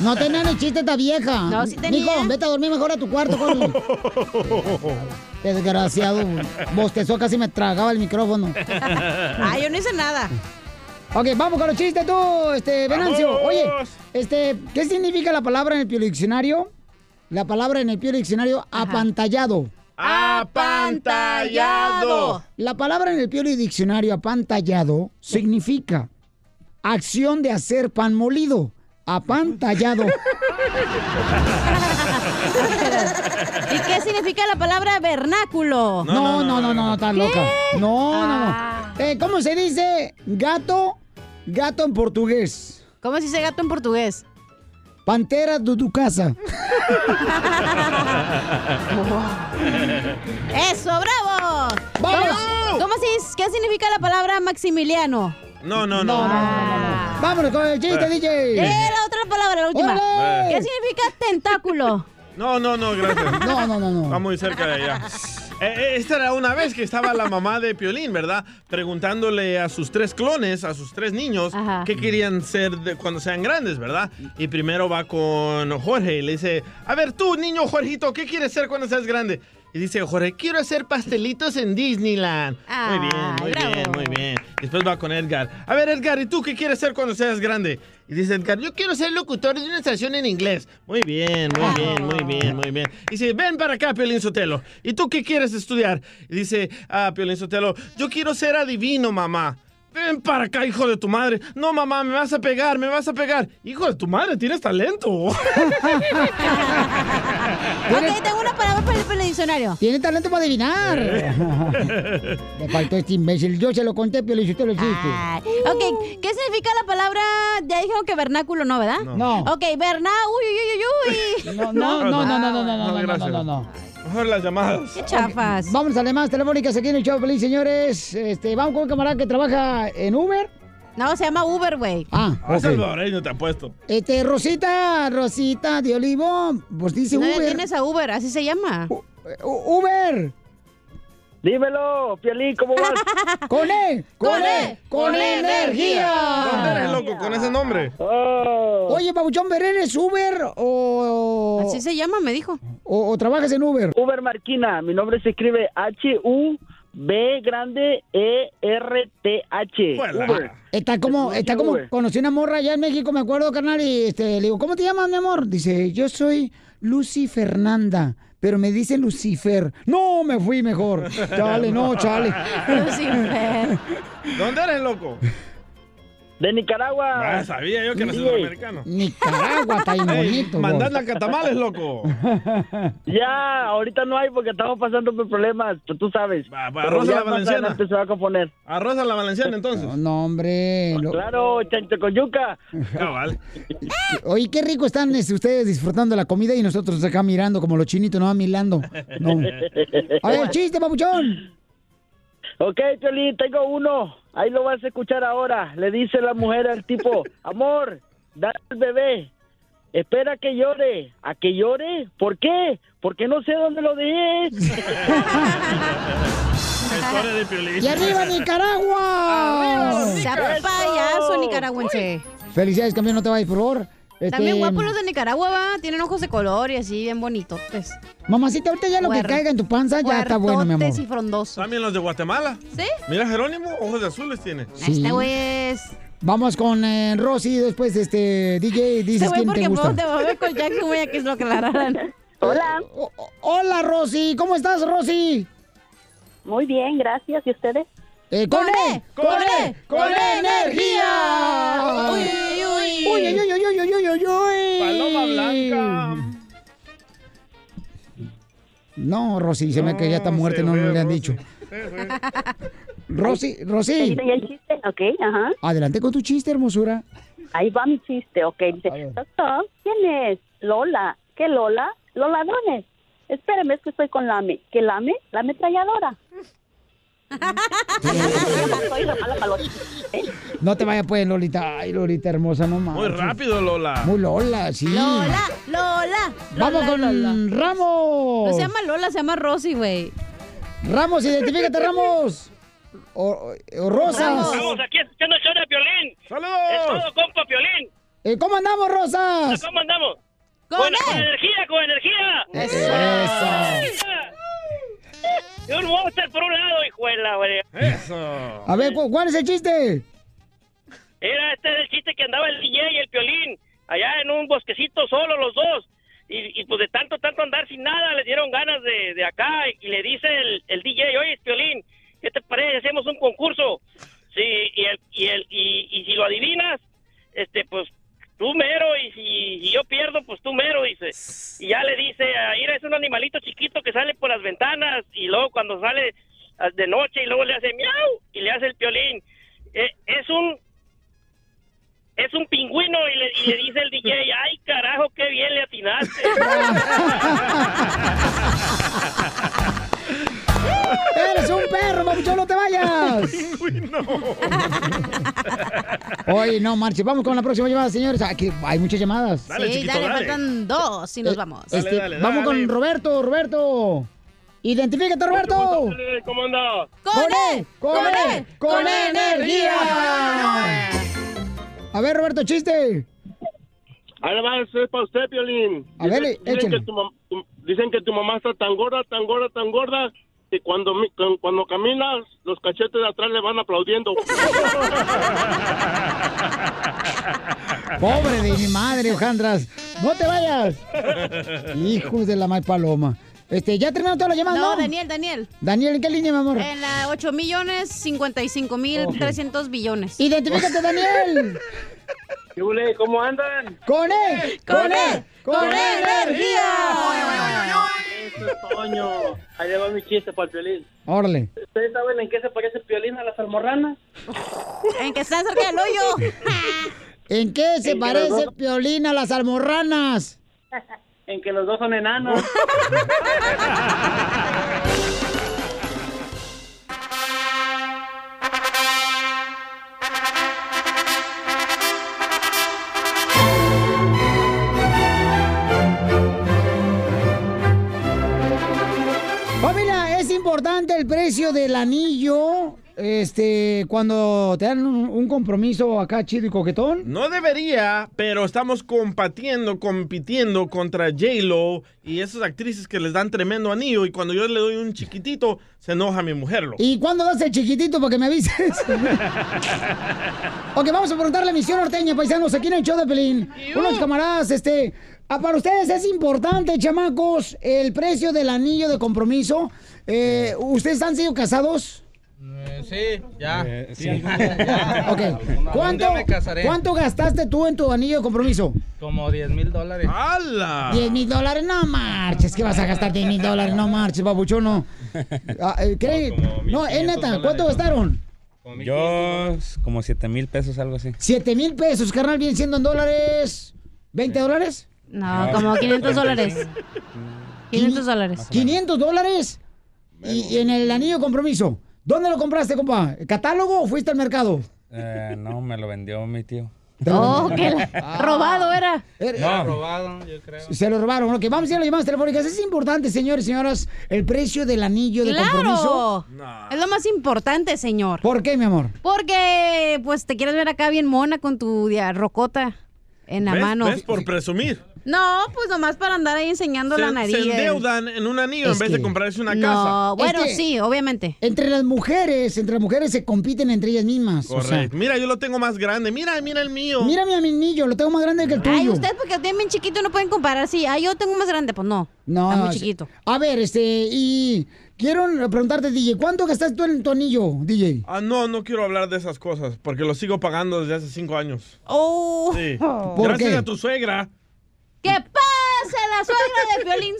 No tenía ni chiste esta vieja.
No, sí tenía.
Mijo, vete a dormir mejor a tu cuarto, con... Desgraciado. Bostezó, casi me tragaba el micrófono.
ah, yo no hice nada.
Ok, vamos con los chistes tú, este, Venancio.
¡Vamos!
Oye, este, ¿qué significa la palabra en el Pio Diccionario? La palabra en el Pio Diccionario, apantallado.
¡Apantallado!
La palabra en el Pio Diccionario, apantallado, significa acción de hacer pan molido. Apantallado.
¿Y qué significa la palabra vernáculo?
No, no, no, no, estás loca. No, no,
Ah.
no. Eh, ¿Cómo se dice gato? Gato en portugués.
¿Cómo se dice gato en portugués?
Pantera de tu casa.
¡Eso, bravo!
¡Vamos!
¿Cómo se dice? ¿Qué significa la palabra Maximiliano?
No, no, no.
Vámonos con el chiste,
Eh.
DJ.
Eh, la otra palabra, la última.
¡Órale!
¿Qué significa tentáculo?
No, no, no, gracias.
No, no, no, no.
Está muy cerca de allá. Eh, eh, esta era una vez que estaba la mamá de Piolín, ¿verdad? Preguntándole a sus tres clones, a sus tres niños,
Ajá.
qué querían ser de- cuando sean grandes, ¿verdad? Y primero va con Jorge y le dice, a ver tú, niño Jorgito, ¿qué quieres ser cuando seas grande? Y dice Jorge, quiero hacer pastelitos en Disneyland.
Ah,
Ah,
muy bien, muy bien, muy bien. Después va con Edgar. A ver, Edgar, ¿y tú qué quieres ser cuando seas grande? Y dice Edgar, yo quiero ser locutor de una estación en inglés. Muy bien, muy bien, muy bien, muy bien. Y dice, ven para acá, Piolín Sotelo. ¿Y tú qué quieres estudiar? Y dice, ah, Piolín Sotelo, yo quiero ser adivino, mamá. Ven para acá, hijo de tu madre. No, mamá, me vas a pegar, me vas a pegar. Hijo de tu madre, tienes talento.
ok, tengo una palabra para el, para el diccionario. Eh.
Tiene talento para adivinar. Le faltó este imbécil. Yo se lo conté, pero usted lo hiciste.
Ok, ¿qué significa la palabra? Ya dijeron que vernáculo no, ¿verdad?
No.
Ok, verná, uy, uy, uy, uy.
No, no, no, no, no, no, no, no, no,
gracias.
no, no.
Mejor las llamadas.
Qué chafas.
Vamos a las más telefónicas aquí en el show, feliz, señores. Este, vamos con un camarada que trabaja en Uber.
No, se llama Uber, güey.
Ah,
Ah,
ok.
salvadoreño te apuesto.
Este, Rosita, Rosita de Olivo, pues dice
no le
Uber.
tienes a Uber, así se llama.
Eh, U- Uber.
Dímelo, Piolín, ¿cómo vas?
Con él, con él, con E
¿Dónde eres,
energía.
loco, con ese nombre?
Oh.
Oye, Pabuchón, ¿ver eres Uber
"Oh,
o...?
Así se llama, me dijo.
¿O, o trabajas en Uber?
Uber Marquina, mi nombre se escribe H-U B grande E R T H. Uber.
Está como, está como, conocí una morra allá en México, me acuerdo, carnal, y este, le digo, ¿cómo te llamas, mi amor? Dice, yo soy Lucy Fernanda, pero me dice Lucifer. No, me fui mejor. Chale, no, chale. Eh.
Lucifer. ¿Dónde eres, loco?
De Nicaragua.
Ah, sabía yo que eras
Sí.
centroamericano.
Nicaragua, está bien
Ey,
bonito.
mandadla
vos.
a Catamales, loco.
Ya, ahorita no hay porque estamos pasando por problemas, tú, tú sabes. Pero
arroz a
ya
la
más
valenciana.
adelante se va a componer.
Arroz a la valenciana, entonces.
No, no, hombre. lo-
Claro, chancho con yuca.
Cabal.
Oye, qué rico están este, ustedes disfrutando la comida y nosotros acá mirando como los chinitos, no mirando. No. A ver, chiste, papuchón.
Ok, Piolín, tengo uno. Ahí lo vas a escuchar ahora. Le dice la mujer al tipo, amor, dale al bebé. Espera que llore. ¿A que llore? ¿Por qué? Porque no sé dónde lo dejé.
Historia de Piolín.
¡Y arriba Nicaragua!
Sea payaso nicaragüense.
Felicidades, campeón, no te vayas, por favor.
También
Este,
guapos los de Nicaragua, va. Tienen ojos de color y así, bien bonitos.
Mamacita, ahorita ya lo que
Puer-
caiga en tu panza ya está bueno, mi amor.
y frondosos.
También los de Guatemala.
¿Sí?
Mira, Jerónimo, ojos de azules tiene.
Sí. Este güey
es...
Vamos con eh, Rosy, después este DJ, dices
Este güey
quién te
porque
gusta.
puedo devolver con Jackson, voy a que se lo aclararan.
Hola. hola, Rosy. ¿Cómo estás, Rosy?
Muy bien, gracias. ¿Y ustedes?
Eh, con E, con E, con E energía.
Uy,
uy, uy, uy, uy, uy, uy, uy, uy.
Paloma blanca.
No, Rosy, se me que ya está muerta, no, no le han dicho. Rosy, Rosy.
¿Tenía el chiste? Ok, ajá.
Adelante con tu chiste, hermosura.
Ahí va mi chiste, ok. Dice, doctor, ¿quién es? Lola. ¿Qué Lola? Los ladrones. Espéreme, es que estoy con Lame. ¿Qué Lame? La ametralladora. Soy la mala paloma.
No te vayas pues, Lolita. Ay, Lolita hermosa, no más.
Muy rápido, Lola.
Muy Lola, sí.
Lola, Lola.
Vamos
Lola,
con
Lola.
Ramos.
No se llama Lola, se llama Rosy, güey.
Ramos, identifícate, Ramos. O, o- o Rosas.
Estamos aquí escuchando el show de Piolín.
¡Saludos!
Es todo, compa, Piolín.
Eh, ¿Cómo andamos, Rosas?
¿Cómo andamos?
¡Con
con,
él!
con energía, con energía.
Eso.
Y un monster por un lado, hijuela, güey. Eso.
A ver, ¿cu- ¿cuál es el chiste?
Era este es el chiste que andaba el DJ y el Piolín allá en un bosquecito solo los dos. Y, y, pues de tanto, tanto andar sin nada, les dieron ganas de, de acá. Y, le dice el, el DJ, oye, Piolín, ¿qué te parece? Hacemos un concurso. Sí, y, el, y, el, y, y si lo adivinas, este, pues tú mero. Y si y yo pierdo, pues tú mero, dice. Y ya le dice, "Ah, mira, es un animalito chiquito que sale por las ventanas. Y luego cuando sale ah, de noche y luego le hace miau y le hace el Piolín. "Eh, es un es un pingüino y le, y le dice el DJ, ay carajo, qué bien le atinaste.
¡Eres un perro, mamucho, no te vayas! Oye, no, marche. Vamos con la próxima llamada, señores. Aquí hay muchas llamadas.
sí, dale, faltan dos y nos
Eh,
vamos.
este, vamos con Roberto, Roberto. Identifícate, Roberto.
¿Cómo andas?
¡Con E! ¡Con E! ¡Con E energía! A ver, Roberto, chiste.
Ahora va, eso es para usted, Piolín.
A ver, échale.
que tu, mam- tu- dicen que tu mamá está tan gorda, tan gorda, tan gorda, que cuando, mi- cu- cuando caminas, los cachetes de atrás le van aplaudiendo.
Pobre de mi madre, Ojandras. ¡No te vayas! Hijos de la mal paloma. Este, ¿ya terminaron todas las llamadas?
No,
No,
Daniel, Daniel.
Daniel, ¿en qué línea, mi amor?
En la 8 millones 55 mil 300 billones.
Identifícate, Daniel.
¿Cómo andan?
¡Con él!
¡Con él!
¡Con E él,
energía! Eso es Toño. Ahí le va mi chiste para el Piolín.
Órale.
¿Ustedes saben en qué se parece el Piolín a las almorranas?
En que está cerca del hoyo.
¿En qué se
En que los
parece
dos-
Piolín a las almorranas?
En que los dos son enanos.
Familia, es importante el precio del anillo este, cuando te dan un, un compromiso acá chido y coquetón?
No debería, pero estamos compatiendo, compitiendo contra J-Lo y esas actrices que les dan tremendo anillo. Y cuando yo le doy un chiquitito, se enoja mi mujer. loco.
¿Y cuándo das el chiquitito para que me avises? ok, vamos a preguntarle a Misión Norteña, paisanos, aquí en el show de Pelín. Unos camaradas, este... ah, para ustedes es importante, chamacos, el precio del anillo de compromiso. Eh, ¿Ustedes han sido casados?
Eh, sí, ya. Eh, sí.
Ok. ¿Cuánto,
me casaré.
¿Cuánto gastaste tú en tu anillo de compromiso?
Como 10 mil dólares.
¡Hala!
10 mil dólares, no marches, que vas a gastar 10 mil dólares, no marches, babuchono. Ah, eh, ¿cree- No, es neta, ¿cuánto gastaron?
Yo, como 7 mil pesos, algo así.
7 mil pesos, carnal, bien siendo en dólares. ¿20 dólares? Ah,
No, como 500 dólares.
500 dólares. 500 dólares. Y, y en el anillo de compromiso. ¿Dónde lo compraste, compa? ¿Catálogo o fuiste al mercado?
Eh, no, me lo vendió mi tío.
Oh, qué la- robado era.
No.
robado, yo creo.
Se lo robaron. Ok, vamos a ir a las llamadas telefónicas. Es importante, señores y señoras, el precio del anillo de
¡Claro!
compromiso.
Es lo más importante, señor.
¿Por qué, mi amor?
Porque, pues, te quieres ver acá bien mona con tu dia- rocota en la
¿Ves?
mano.
¿Ves? Por presumir.
No, pues nomás para andar ahí enseñando la
Se,
nariz.
se endeudan en un anillo en vez de comprarse una
no,
casa.
Oh, bueno,
Es que-
sí, obviamente.
Entre las mujeres, entre las mujeres se compiten entre ellas mismas. o sea,
Correcto. Mira, yo lo tengo más grande. Mira, Ah, mira el mío.
mira mi anillo, lo tengo más grande que el tuyo.
Ay, ustedes porque lo tienen bien chiquito no pueden comparar. Sí, ah, yo tengo más grande, pues no.
No,
Está muy
es-
chiquito.
A ver, este, y quiero preguntarte, DJ, ¿cuánto gastaste tú en tu anillo, DJ?
Ah, no, no quiero hablar de esas cosas porque lo sigo pagando desde hace cinco años.
¡Oh!
Sí.
¿Por
Gracias
qué?
a tu suegra.
¡Que pase la suegra de violín!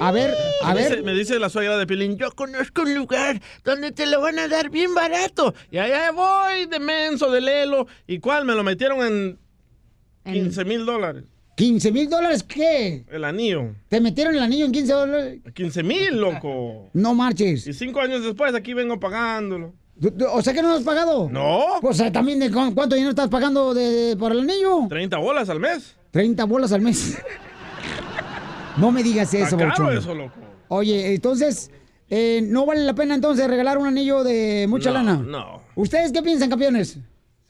Ay.
Me dice- me dice la suegra de Pilín, yo conozco un lugar donde te lo van a dar bien barato. Y allá voy de menso, de lelo. ¿Y cuál? Me lo metieron en 15 mil dólares.
¿15 mil dólares qué?
El anillo.
¿Te metieron el anillo en 15 dólares?
15 mil, loco.
No marches.
Y cinco años después aquí vengo pagándolo.
¿Tú- tú- O sea que no lo has pagado.
No.
O sea, también de cu- cuánto dinero estás pagando de, por el anillo.
30 bolas al mes.
30 bolas al mes. No me digas eso,
Está caro
Bauchón.
eso, loco.
Oye, entonces, eh, ¿no vale la pena entonces regalar un anillo de mucha
No,
lana?
no.
¿Ustedes qué piensan, campeones?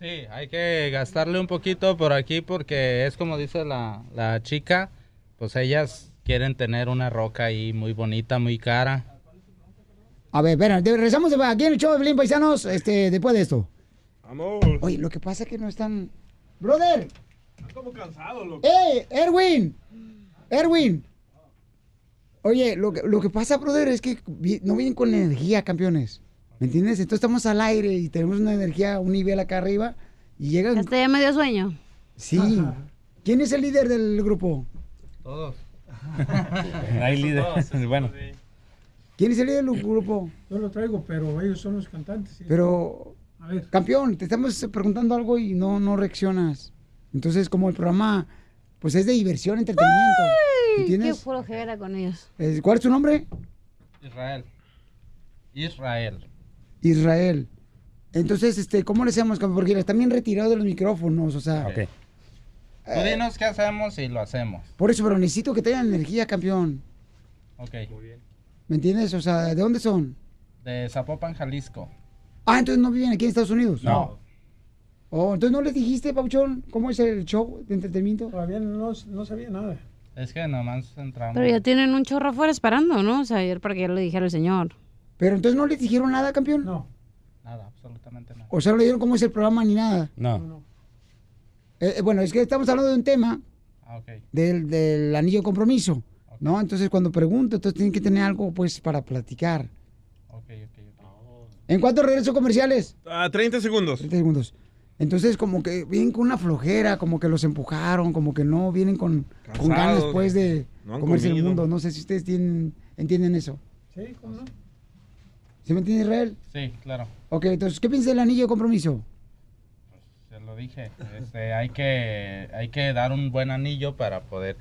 Sí, hay que gastarle un poquito por aquí porque es como dice la, la chica, pues ellas quieren tener una roca ahí muy bonita, muy cara.
A ver, espera, de- regresamos de- aquí en el show de Belín Paisanos este, después de esto. Oye, lo que pasa es que no están... ¡Brother!
Como cansado, loco.
¡Eh, Erwin! ¡Erwin! Oye, lo que, lo que pasa, brother, es que vi- no vienen con energía, campeones. ¿Me entiendes? Entonces estamos al aire y tenemos una energía, un nivel acá arriba y llegan...
Este ya me dio sueño.
Sí. ¿Quién es el líder del grupo?
Todos.
Hay líder. bueno.
¿Quién es el líder del grupo?
Yo lo traigo, pero ellos son los cantantes. y-
Pero,
A ver.
campeón, te estamos preguntando algo y no, no reaccionas. Entonces, como el programa, pues es de diversión, entretenimiento.
Qué
¿Entiendes?
flojera con ellos.
Eh, ¿Cuál es tu nombre?
Israel. Israel.
Israel. Entonces, este, ¿cómo le hacemos, campeón? Porque están bien retirados de los micrófonos, o sea.
Tú
Eh.
dinos qué hacemos y lo hacemos.
Por eso, pero necesito que tengan energía, campeón.
Ok. Muy bien.
¿Me entiendes? O sea, ¿de dónde son?
De Zapopan, Jalisco.
Ah, entonces no viven aquí en Estados Unidos.
No.
Oh, entonces no les dijiste, Pauchón, cómo es el show de entretenimiento.
Todavía no, no sabía nada.
Es que nomás entramos.
Pero ya tienen un chorro afuera esperando, ¿no? O sea, ayer para que ya lo dijera el señor.
Pero entonces no les dijeron nada, campeón.
No.
Nada, absolutamente nada.
O sea, no le dijeron cómo es el programa ni nada.
No.
Eh, eh, bueno, es que estamos hablando de un tema
Ah, ok.
del, del anillo de compromiso, ¿no? Entonces, cuando pregunto, entonces tienen que tener algo, pues, para platicar.
Ok, ok,
¿En cuánto regreso comerciales?
A 30 segundos.
30 segundos. Entonces, como que vienen con una flojera, como que los empujaron, como que no vienen con, con ganas,
Cansados.
pues, de
No han
comerse el
comido.
mundo. No sé si ustedes tienen, entienden eso.
Sí, ¿cómo no?
¿Se me entiende, Israel?
Sí, claro.
Ok, entonces, ¿qué piensa del anillo de compromiso?
Se lo dije, este, hay que hay que dar un buen anillo para poder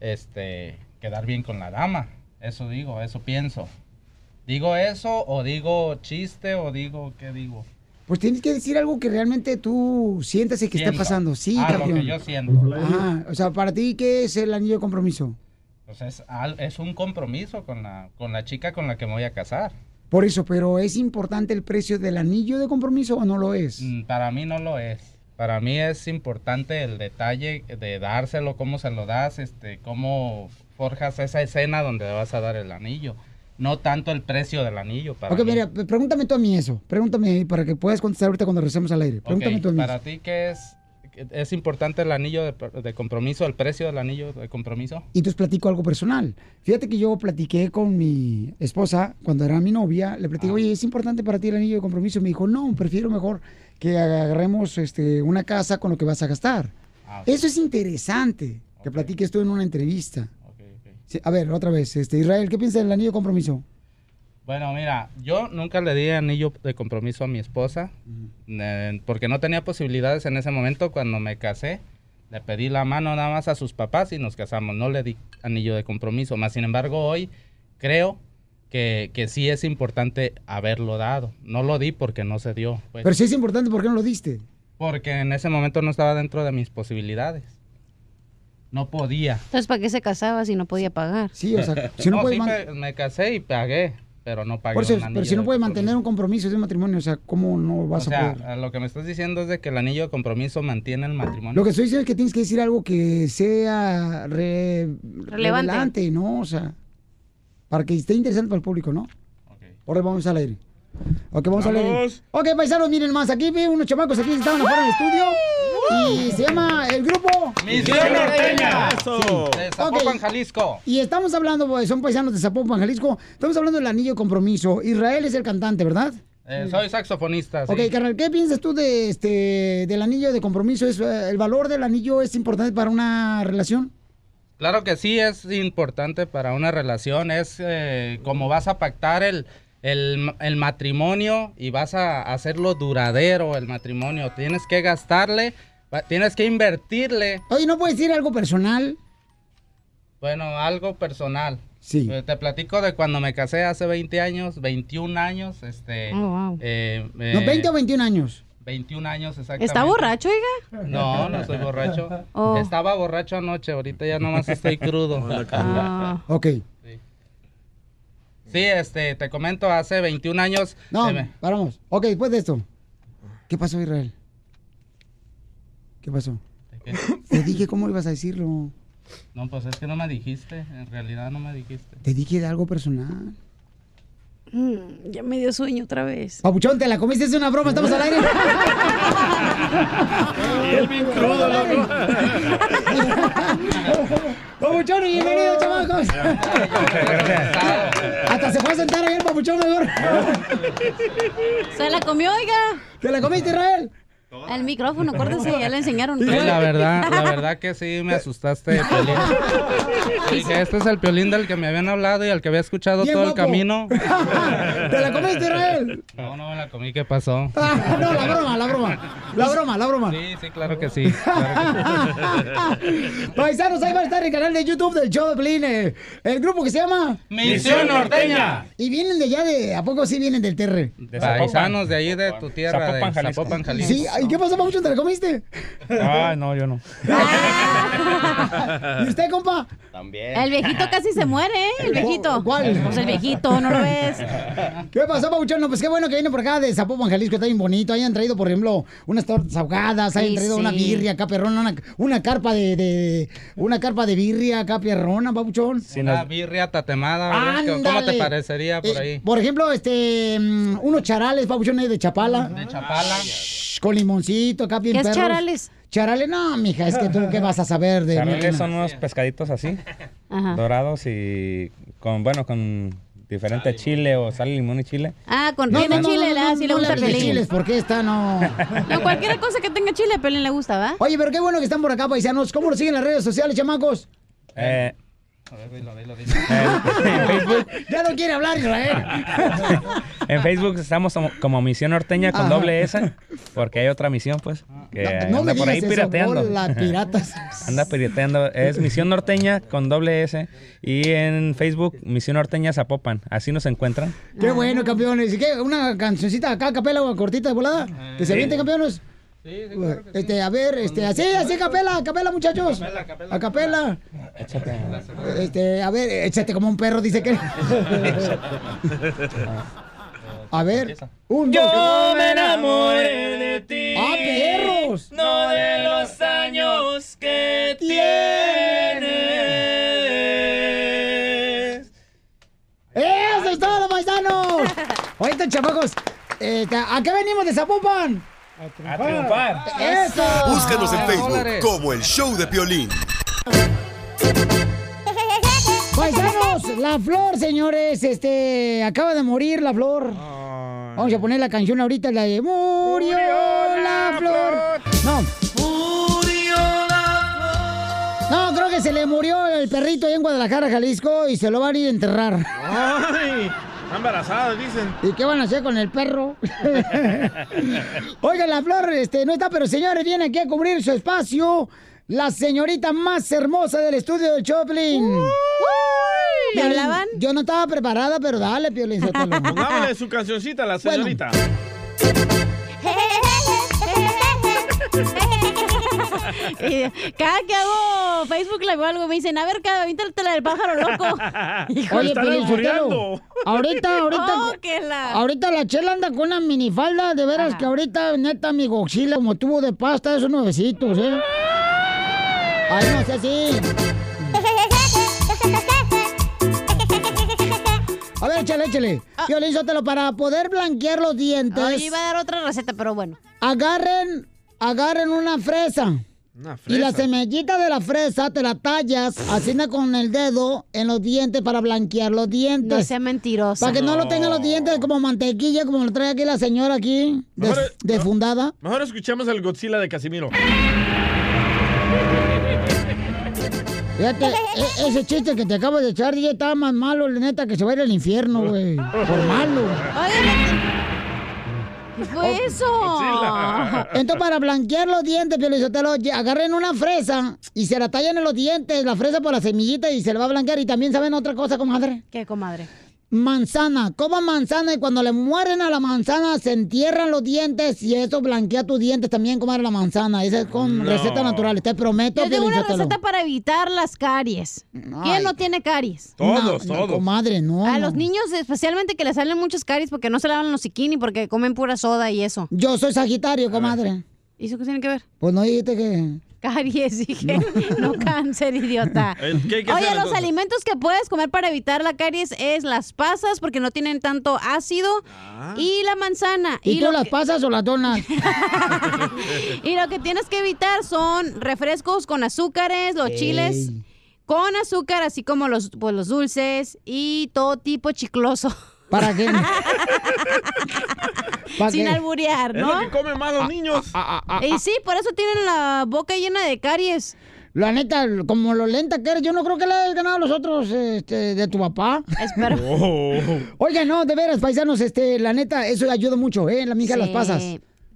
este quedar bien con la dama. Eso digo, eso pienso. Digo eso o digo chiste o digo qué digo.
Pues tienes que decir algo que realmente tú sientas que está
Siento.
pasando. Sí,
Ah, lo
campeón.
que yo siento.
Ajá, o sea, para ti, ¿qué es el anillo de compromiso?
Pues es, al- es un compromiso con la con la chica con la que me voy a casar.
Por eso, pero ¿es importante el precio del anillo de compromiso o no lo es?
Mm, Para mí no lo es. Para mí es importante el detalle de dárselo, cómo se lo das, este, cómo forjas esa escena donde le vas a dar el anillo. No tanto el precio del anillo. Para
ok,
mí.
mira, p- pregúntame tú a mí eso. Pregúntame ahí para que puedas contestar ahorita cuando regresemos al aire. Pregúntame
Ok,
tú a mí.
Para ti, ¿qué es, es importante el anillo de, de compromiso, el precio del anillo de compromiso?
Y entonces platico algo personal. Fíjate que yo platiqué con mi esposa cuando era mi novia. Le platiqué, oye, ¿es importante para ti el anillo de compromiso? Y me dijo, no, prefiero mejor que agarremos este, una casa con lo que vas a gastar.
Ah,
Eso es interesante, que platiques tú en una entrevista. Sí, a ver, otra vez, este, Israel, ¿qué piensas del anillo de compromiso?
Bueno, mira, yo nunca le di anillo de compromiso a mi esposa eh, porque no tenía posibilidades en ese momento cuando me casé. Le pedí la mano nada más a sus papás y nos casamos. No le di anillo de compromiso. Más sin embargo, hoy creo que, que sí es importante haberlo dado. No lo di porque no se dio. pues.
Pero si es importante, ¿por qué no lo diste?
Porque en ese momento no estaba dentro de mis posibilidades. No podía.
Entonces, ¿para qué se casaba si no podía pagar?
Sí,
sí, me, me casé y pagué, pero no pagué.
Por eso,
un
pero
anillo
si no
de
puedes mantener un compromiso de un matrimonio, o sea, ¿cómo no vas
o
a
sea,
poder?
a lo que me estás diciendo es de que el anillo de compromiso mantiene el matrimonio.
Lo que estoy diciendo es que tienes que decir algo que sea re- relevante, ¿no? O sea, para que esté interesante para el público, ¿no? Ahora vamos al aire. Ok, vamos, al aire.
Vamos.
Ok, paisanos, miren más. Aquí vi unos chamacos aquí que estaban afuera del estudio. Y se llama el grupo...
Misión Norteña.
Eso.
De Zapopan,
Ok.
Jalisco.
Y estamos hablando, pues, son paisanos de Zapopan, Jalisco. Estamos hablando del anillo de compromiso. Israel es el cantante, ¿verdad?
Eh, soy saxofonista. sí.
Ok, carnal, ¿qué piensas tú de este del anillo de compromiso? ¿Es, eh, ¿El valor del anillo es importante para una relación?
Claro que sí, es importante para una relación, es eh, como vas a pactar el, el- el matrimonio y vas a hacerlo duradero el matrimonio, tienes que gastarle, va- tienes que invertirle,
Oye, ¿no puedes decir algo personal?
bueno, algo personal.
Sí.
Eh, Te platico de cuando me casé hace 20 años, 21 años, este...
Oh, wow.
eh,
¿No,
eh,
20 o 21 años?
21 años exactamente.
¿Está borracho, oiga?
No, no soy borracho.
Oh.
Estaba borracho anoche, ahorita ya nomás estoy crudo.
Ah.
Ok.
Sí, este, te comento, hace 21 años.
No,
se me-
paramos. Ok, después de esto. ¿Qué pasó, Israel? ¿Qué pasó? Te dije cómo ibas a decirlo.
No, pues es que no me dijiste, en realidad no me dijiste.
Te dije de algo personal.
Mm, ya me dio sueño otra vez.
Papuchón, te la comiste, es una broma, estamos al aire. Papuchón, y bienvenido, chamacos. Hasta se fue a sentar ahí el papuchón mejor.
Se la comió, oiga.
¿Te la comiste, Israel?
Al micrófono, acuérdense, ya le enseñaron.
Sí, la verdad, la verdad que sí me asustaste, Piolín. Dije, este es el Piolín del que me habían hablado y al que había escuchado
Bien
todo el
guapo.
camino.
¿Te la comiste, Israel?
No, no me la comí, ¿qué pasó?
Ah, no, la broma, la broma. La broma, la broma.
Sí, sí, claro que sí. claro que sí.
Paisanos, ahí va a estar el canal de YouTube del show de Pelín, eh, el grupo que se llama
Misión Norteña.
Y vienen de allá de, ¿a poco sí vienen del Terre?
Paisanos de ahí de tu tierra,
Zapopan,
de
Jalisco.
Zapopan, Jalisco.
Sí, ¿y qué pasó, Papuchón? ¿Te la comiste?
Ah, no, yo no.
¿Y usted, compa?
También.
El viejito casi se muere, ¿eh? El viejito.
¿Cuál?
Pues el viejito, ¿no lo ves?
¿Qué pasó, Pabuchón? No, pues qué bueno que vino por acá de Zapopan, Jalisco, está bien bonito. Hayan traído, por ejemplo, unas tortas ahogadas, hayan
Sí,
traído
sí.
una birria acá, perrona, una, una carpa de, de- una carpa de birria acá, perrona, Pabuchón.
Una birria tatemada, ¿verdad? ¿Cómo- ¿cómo te
Ándale.
parecería por
Eh,
ahí?
Por ejemplo, este, mm, unos charales, Pabuchón, ahí de Chapala.
De Chapala.
Shh, Con limoncito, acá bien
¿Qué es
perros.
charales?
Charales, no, mija, es que tú qué vas a saber de... Ah.
Charales
mira,
son unos pescaditos así,
Ajá.
dorados y con, bueno, con diferente chile o sal, limón y chile.
Ah, con tiene chile, la, sí le
no
gusta
hables de
Pelín.
chiles, porque esta no...
No, cualquier cosa que tenga chile, Pelín le gusta, ¿va?
Oye, pero qué bueno que están por acá, paisanos. ¿Cómo lo siguen las redes sociales, chamacos?
Eh,
A ver, dilo, dilo, dilo.
ya no quiere hablar, Israel.
en Facebook estamos como, como Misión Norteña con
Ajá.
doble S, porque hay otra misión, pues, que
No me
anda por ahí
digas
pirateando.
eso, bola, piratas.
Anda pirateando. Es Misión Norteña con doble S. Y en Facebook, Misión Norteña Zapopan. Así nos encuentran.
Qué bueno, campeones. ¿Y qué? ¿Una cancioncita acá, a capela o cortita de volada? ¿Que se
Sí.
avienten, campeones? este, a ver, este, así, así, a capela, a capela, muchachos. A capela. Este, a ver, échate como un perro, dice que. A ver. Un,
Yo
dos.
me enamoré de ti.
¡Ah, perros!
No de los años que tienes.
¡Eso es todo, paisanos! Ahorita, chamacos, eh, ¿a qué venimos de Zapopan? A triunfar. Ah, ¡Eso!
Búscanos en Facebook
Dólares.
como el show de Piolín.
Paisanos, la flor, señores, este, acaba de morir la flor. Vamos a poner la canción ahorita, la de Murió la flor. No. Murió la flor. No, creo que se le murió el perrito ahí en Guadalajara, Jalisco, y se lo van a ir a enterrar.
Ay, está embarazada, dicen.
¿Y qué van a hacer con el perro? Oiga, la flor este, no está, pero señores, viene aquí a cubrir su espacio la señorita más hermosa del estudio de Choplin.
¿Le
Piolín,
hablaban?
Yo no estaba preparada, pero dale, Piolín Sotelo.
Pongámosle su cancioncita a la señorita.
Y cada que hago Facebook Live o algo me dicen, a ver, cada avíntate la del pájaro loco.
Oye, Piolín Sotelo, ahorita, ahorita,
Oh, que la-
ahorita la chela anda con una minifalda, de veras que ahorita, neta, mi goxila como tubo de pasta, esos nuevecitos, ¿eh? Ay, no sé si. A ver, échale, échale. Piolín Sotelo, para poder blanquear los dientes.
Ah. Ay, yo iba a dar otra receta, pero bueno.
Agarren, agarren una fresa.
Una fresa.
Y la semillita de la fresa te la tallas haciendo con el dedo en los dientes para blanquear los dientes.
No sea mentirosa.
Para que no, lo tengan los
No.
dientes como mantequilla, como lo trae aquí la señora aquí, des-
Mejor-
desfundada.
Mejor escuchemos al Godzilla de Casimiro.
Fíjate, e- ese chiste que te acabo de echar, ya está más malo, la neta, que se va a ir al infierno, güey. Por malo.
¿Qué fue Pues eso?
Oh. Entonces, para blanquear los dientes, Piolizotelo, ye- agarren una fresa y se la tallan en los dientes, la fresa por la semillita y se la va a blanquear. Y también saben otra cosa, comadre.
¿Qué, comadre?
Manzana, coman manzana y cuando le mueren a la manzana se entierran los dientes y eso blanquea tus dientes también, comadre, la manzana. Esa es con
No.
receta natural, te prometo,
Yo tengo una
Piolizotelo.
receta para evitar las caries. ¿Quién no tiene caries?
Todos, No, no, todos. comadre, no,
A
no.
los niños especialmente que les salen muchas caries porque no se lavan los siquini porque comen pura soda y eso.
Yo soy sagitario, comadre.
¿Y eso qué tiene que ver?
Pues no dijiste que...
Caries, dije. No, cáncer, idiota.
El- ¿qué hay que
Oye,
hacer,
los
entonces?
alimentos que puedes comer para evitar la caries es las pasas porque no tienen tanto ácido y la manzana.
¿Y, tú
lo
las
que-
pasas o las donas?
Y lo que tienes que evitar son refrescos con azúcares, los
Ey.
chiles con azúcar, así como los, pues, los dulces y todo tipo chicloso.
¿Para qué?
Sin alburear, ¿no?
comen más
Ah,
los niños.
Y sí, por eso tienen la boca llena de caries.
La neta, como lo lenta que eres, yo no creo que le hayas ganado a los otros este, de tu papá. Oh.
Espero.
Oiga, no, de veras, paisanos, este, la neta, eso ayuda mucho, ¿eh? La mija, las
Sí.
pasas.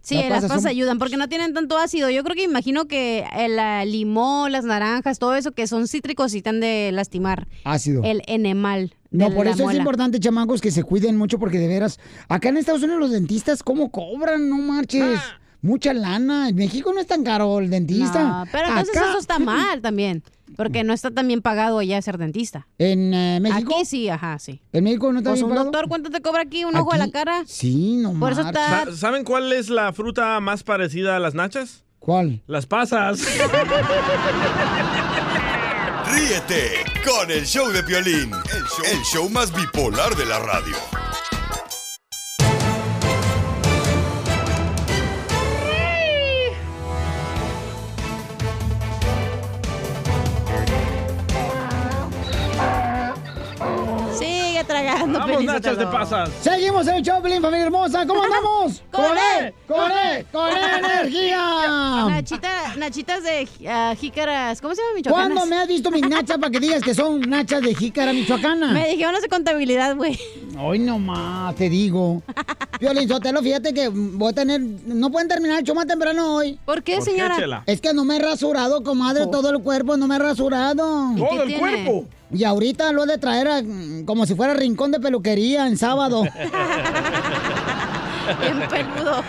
Sí, las pasas
son-
ayudan porque no tienen tanto ácido. Yo creo que imagino que el ah, limón, las naranjas, todo eso que son cítricos y te han de lastimar.
Ácido.
El enemal.
No,
de
por
la
eso es
muela.
importante, chamacos, que se cuiden mucho porque de veras, acá en Estados Unidos los dentistas, ¿cómo cobran? No marches.
Ah.
Mucha lana. En México no es tan caro el dentista.
No, pero entonces
Acá-
eso está mal también, porque no está tan bien pagado allá ser dentista.
¿En eh, México?
Aquí sí, ajá, sí.
¿En México no está
Pues
bien
un
pagado?
doctor, ¿cuánto te cobra aquí? ¿Un ojo de la cara?
Sí, no
Por eso está-
Sa- ¿Saben cuál es la fruta más parecida a las nachas?
¿Cuál?
Las pasas.
Ríete con el show de Piolín, el show, el show más bipolar de la radio.
Sigue tragando.
Vamos,
Pelín
nachas de
Sotelo.
pasas.
Seguimos en el Choplin, familia hermosa. ¿Cómo andamos?
¡Con E. él!
¡Con él! ¡Con E energía!
Nachita, nachitas de ah, jícaras. ¿Cómo se llama michoacanas?
¿Cuándo me has visto mis nachas para que digas que son nachas de jícara michoacana?
Me dijeron las de contabilidad, güey.
Hoy nomás, te digo. Violín Sotelo, fíjate que voy a tener. No pueden terminar el show más temprano hoy.
¿Por qué, Oh.
¿Por qué, señora? Chela?
Es que no me he rasurado, comadre, todo el cuerpo, no me he rasurado.
¿Y qué ¿Todo el tiene? cuerpo?
Y ahorita lo he de traer a- como si fuera rincón de peluquería en sábado.
Bien peludo.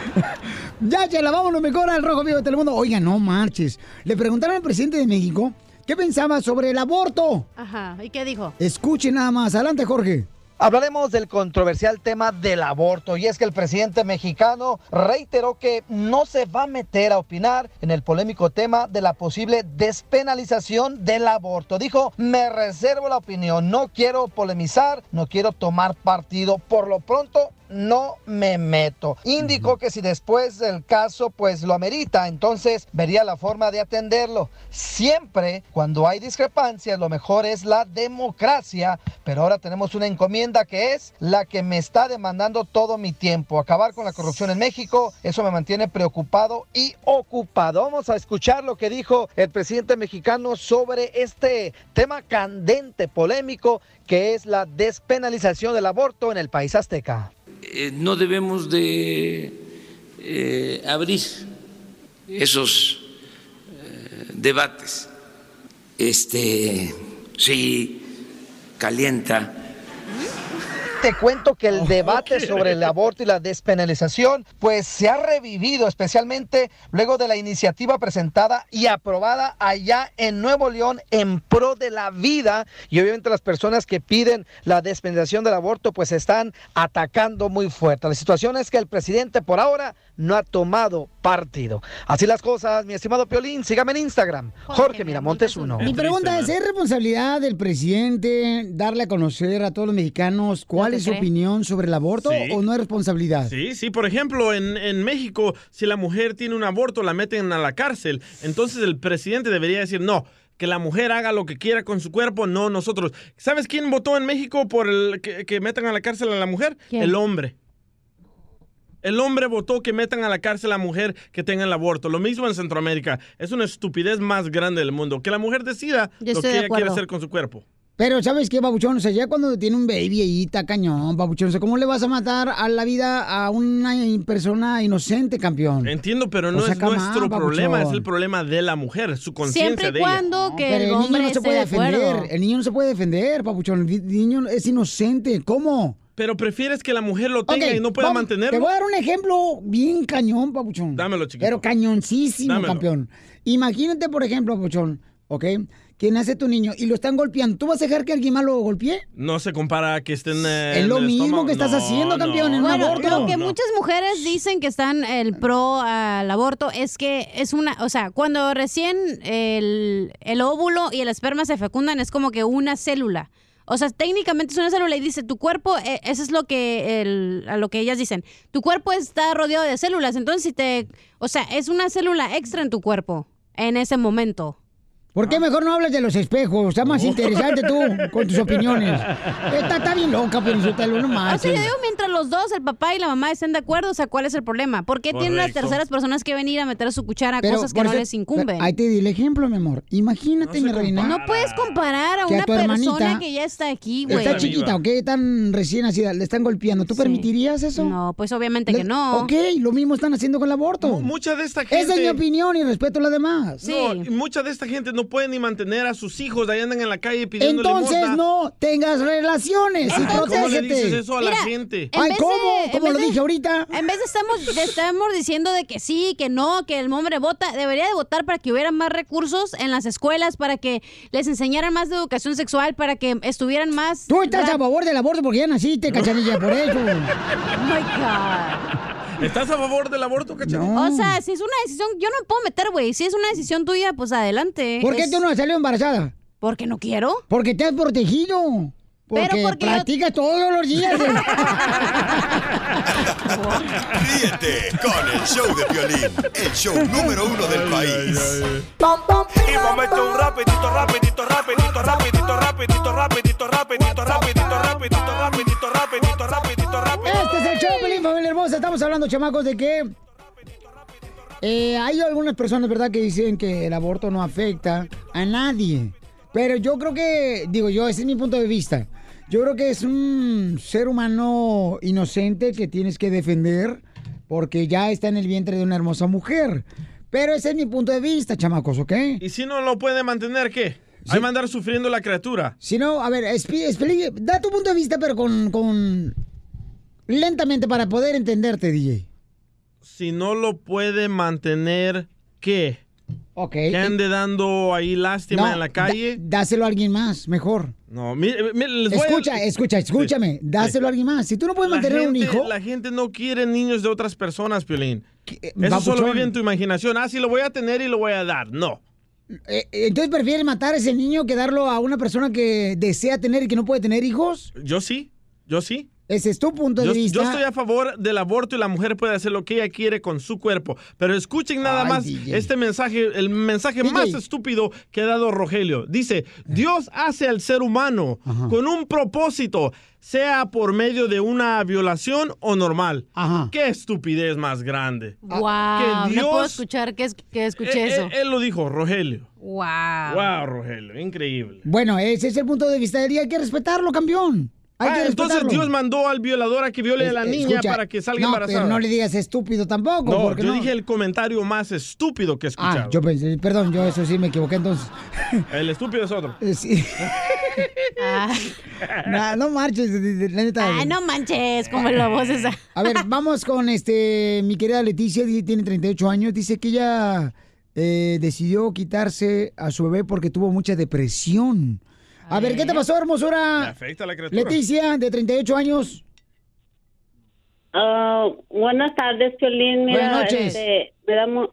Ya, chela, vámonos mejor al Rojo Vivo de Telemundo. Oiga, no marches. Le preguntaron al presidente de México qué pensaba sobre el aborto.
Ajá, ¿y qué dijo?
Escuche nada más. Adelante, Jorge.
Hablaremos del controversial tema del aborto y es que el presidente mexicano reiteró que no se va a meter a opinar en el polémico tema de la posible despenalización del aborto. Dijo, me reservo la opinión, no quiero polemizar, no quiero tomar partido, por lo pronto no me meto. Indicó que si después del caso pues lo amerita, entonces vería la forma de atenderlo. Siempre cuando hay discrepancias lo mejor es la democracia, pero ahora tenemos una encomienda que es la que me está demandando todo mi tiempo, acabar con la corrupción en México, eso me mantiene preocupado y ocupado. Vamos a escuchar lo que dijo el presidente mexicano sobre este tema candente, polémico, que es la despenalización del aborto en el país azteca.
eh, no debemos de eh, abrir esos eh, debates. Este, sí, calienta.
Te cuento que el debate sobre el aborto y la despenalización pues se ha revivido especialmente luego de la iniciativa presentada y aprobada allá en Nuevo León en pro de la vida y obviamente las personas que piden la despenalización del aborto pues están atacando muy fuerte. La situación es que el presidente por ahora no ha tomado partido. Así las cosas, mi estimado Piolín, sígame en Instagram, Jorge Miramontes 1.
Mi pregunta es, ¿es responsabilidad del presidente darle a conocer a todos los mexicanos cuál
que
es su
cree.
opinión sobre el aborto
Sí.
o no es responsabilidad?
Sí, sí, por ejemplo, en, en México, si la mujer tiene un aborto, la meten a la cárcel. Entonces el presidente debería decir, no, que la mujer haga lo que quiera con su cuerpo, no nosotros. ¿Sabes quién votó en México por el que, que metan a la cárcel a la mujer?
¿Quién?
El hombre. El hombre votó que metan a la cárcel a la mujer que tenga el aborto. Lo mismo en Centroamérica. Es una estupidez más grande del mundo. Que la mujer decida
Yo
lo
estoy
que
de
ella quiere
acuerdo.
hacer con su cuerpo.
Pero ¿sabes qué, babuchón? O sea, ya cuando tiene un baby ahí está cañón, babuchón. O sea, ¿cómo le vas a matar a la vida a una persona inocente, campeón?
Entiendo, pero no
O sea,
es
come on,
nuestro
babuchón.
problema, es el problema de la mujer, su conciencia
Siempre
de
y
ella.
cuando que
Pero
el
el niño
hombre
no se
esté
puede
de acuerdo.
defender. El niño no se puede defender, papuchón. El vi- niño es inocente. ¿Cómo?
Pero prefieres que la mujer lo tenga
Ok,
y no pueda
vamos, Te
mantenerlo.
voy a dar un ejemplo bien cañón, papuchón.
Dámelo, chiquito.
Pero cañoncísimo,
Dámelo.
campeón. Imagínate, por ejemplo, papuchón, ¿ok? Que nace tu niño y lo están golpeando. ¿Tú vas a dejar que alguien más lo golpee?
No se compara a que estén eh,
Es
en
lo
el
mismo
estómago.
que estás
No,
haciendo, campeón, en un
Bueno,
aborto.
lo que muchas mujeres dicen que están el pro al aborto es que es una, o sea, cuando recién el, el óvulo y el esperma se fecundan es como que una célula. O sea, técnicamente es una célula y dice, tu cuerpo, eh, eso es lo que, el- a lo que ellas dicen, tu cuerpo está rodeado de células, entonces si te, o sea, es una célula extra en tu cuerpo en ese momento.
¿Por
Ah.
qué mejor no hablas de los espejos? Está más interesante tú con tus opiniones. Esta está bien loca, pero insultalo, no
Ah, O
más.
sea, yo digo, mientras los dos, el papá y la mamá estén de acuerdo, o sea, ¿cuál es el problema? ¿Por qué tienen las
Correcto.
terceras personas que venir a meter su cuchara a
Pero
cosas que
por
no
eso-
les incumben?
pero Ahí te di el ejemplo, mi amor. Imagínate, mi reina.
No puedes comparar a
Que a
una
tu hermanita
persona que ya está aquí, güey.
Está chiquita, ¿ok? Tan recién nacida, le están golpeando. ¿Tú permitirías eso?
No, pues obviamente que no.
Ok, lo mismo están haciendo con el aborto.
mucha de esta
Esa es mi
gente-
opinión y respeto a las demás.
No, y mucha de esta gente no puede ni mantener a sus hijos, ahí andan en la calle pidiendo
Entonces
limosna.
no tengas relaciones y
Ah, ¿Cómo le
protégete.
dices eso a la
Mira,
gente?
en
Ay,
vez de-
¿cómo?
en
Como
vez
lo
de-
dije ahorita.
En vez de estamos, de estamos diciendo de que sí, que no, que el hombre vota, debería de votar para que hubiera más recursos en las escuelas, para que les enseñaran más de educación sexual, para que estuvieran más...
Tú estás a favor del aborto porque ya naciste, cachanilla, por eso.
Oh my God.
¿Estás a favor del aborto, cachanilla?
Mm.
O sea, si es una decisión, yo no me puedo meter, güey. Si es una decisión tuya, pues adelante.
¿Por qué
Es-
tú no has salido embarazada?
Porque no quiero.
Porque te has protegido. Porque,
Pero porque yo-
practicas todos los días. el-
Ríete con el show de Piolín, el show número uno del país.
Y momento un rapidito, rapidito, rapidito, rapidito, rapidito, rapidito, rapidito, rapidito, rapidito, rapidito, rapidito, rapidito, rapidito.
Este es el show, Pelín, familia hermosa. Estamos hablando, chamacos, de que eh, hay algunas personas, ¿verdad?, que dicen que el aborto no afecta a nadie. Pero yo creo que, digo yo, ese es mi punto de vista. Yo creo que es un ser humano inocente que tienes que defender porque ya está en el vientre de una hermosa mujer. Pero ese es mi punto de vista, chamacos, ¿ok?
¿Y si no lo puede mantener, qué? Hay que andar sufriendo la criatura.
Si no, a ver, expli- expli- da tu punto de vista, pero con, con... lentamente para poder entenderte, DJ.
Si no lo puede mantener, ¿qué?
Ok.
que ande dando ahí lástima
No,
en la
da-
calle.
dáselo a alguien más, mejor.
no, mire, mire, les voy a-
Escucha, escucha, escúchame. Dáselo a alguien más. Si tú no puedes
La
mantener un
gente-
hijo.
La gente no quiere niños de otras personas, Piolín. Eso
papuchón.
solo vive en tu imaginación. Ah, sí, lo voy a tener y lo voy a dar. No.
eh, Entonces prefieres matar a ese niño que darlo a una persona que desea tener y que no puede tener hijos.
Yo sí. Yo sí.
Ese es tu punto de
Yo,
vista.
yo estoy a favor del aborto y la mujer puede hacer lo que ella quiere con su cuerpo. Pero escuchen nada
Ay,
más
DJ.
este mensaje, el mensaje más estúpido que ha dado Rogelio. Dice, Dios hace al ser humano con un propósito, sea por medio de una violación o normal. Qué estupidez más grande.
Wow,
Que
no puedo
Dios-
escuchar que, es- que escuché
Eh,
eso.
Él, él lo dijo, Rogelio.
wow.
Wow, Rogelio, increíble.
Bueno, ese es el punto de vista de él y hay que respetarlo, campeón. Hay
Ah,
que
entonces
respetarlo.
Dios mandó al violador a que viole a la
Es-
niña
escucha,
para que salga
no,
embarazada.
Pero no le digas estúpido tampoco.
No,
porque
yo
no-
dije el comentario más estúpido que he escuchado.
Ah, yo pensé, perdón, yo eso sí me equivoqué entonces.
El estúpido es otro.
Eh, Sí. Nah, no marches, de- de- la neta.
Ah, no manches, como la voz esa.
A ver, vamos con este mi querida Leticia, di- tiene 38 años, dice que ella eh, decidió quitarse a su bebé porque tuvo mucha depresión. A ver, ¿qué te pasó,
Me
hermosura?
afecta la criatura.
Leticia, de 38 años.
Ah, buenas tardes, Piolín. Mira,
Buenas noches.
este, me, da mu-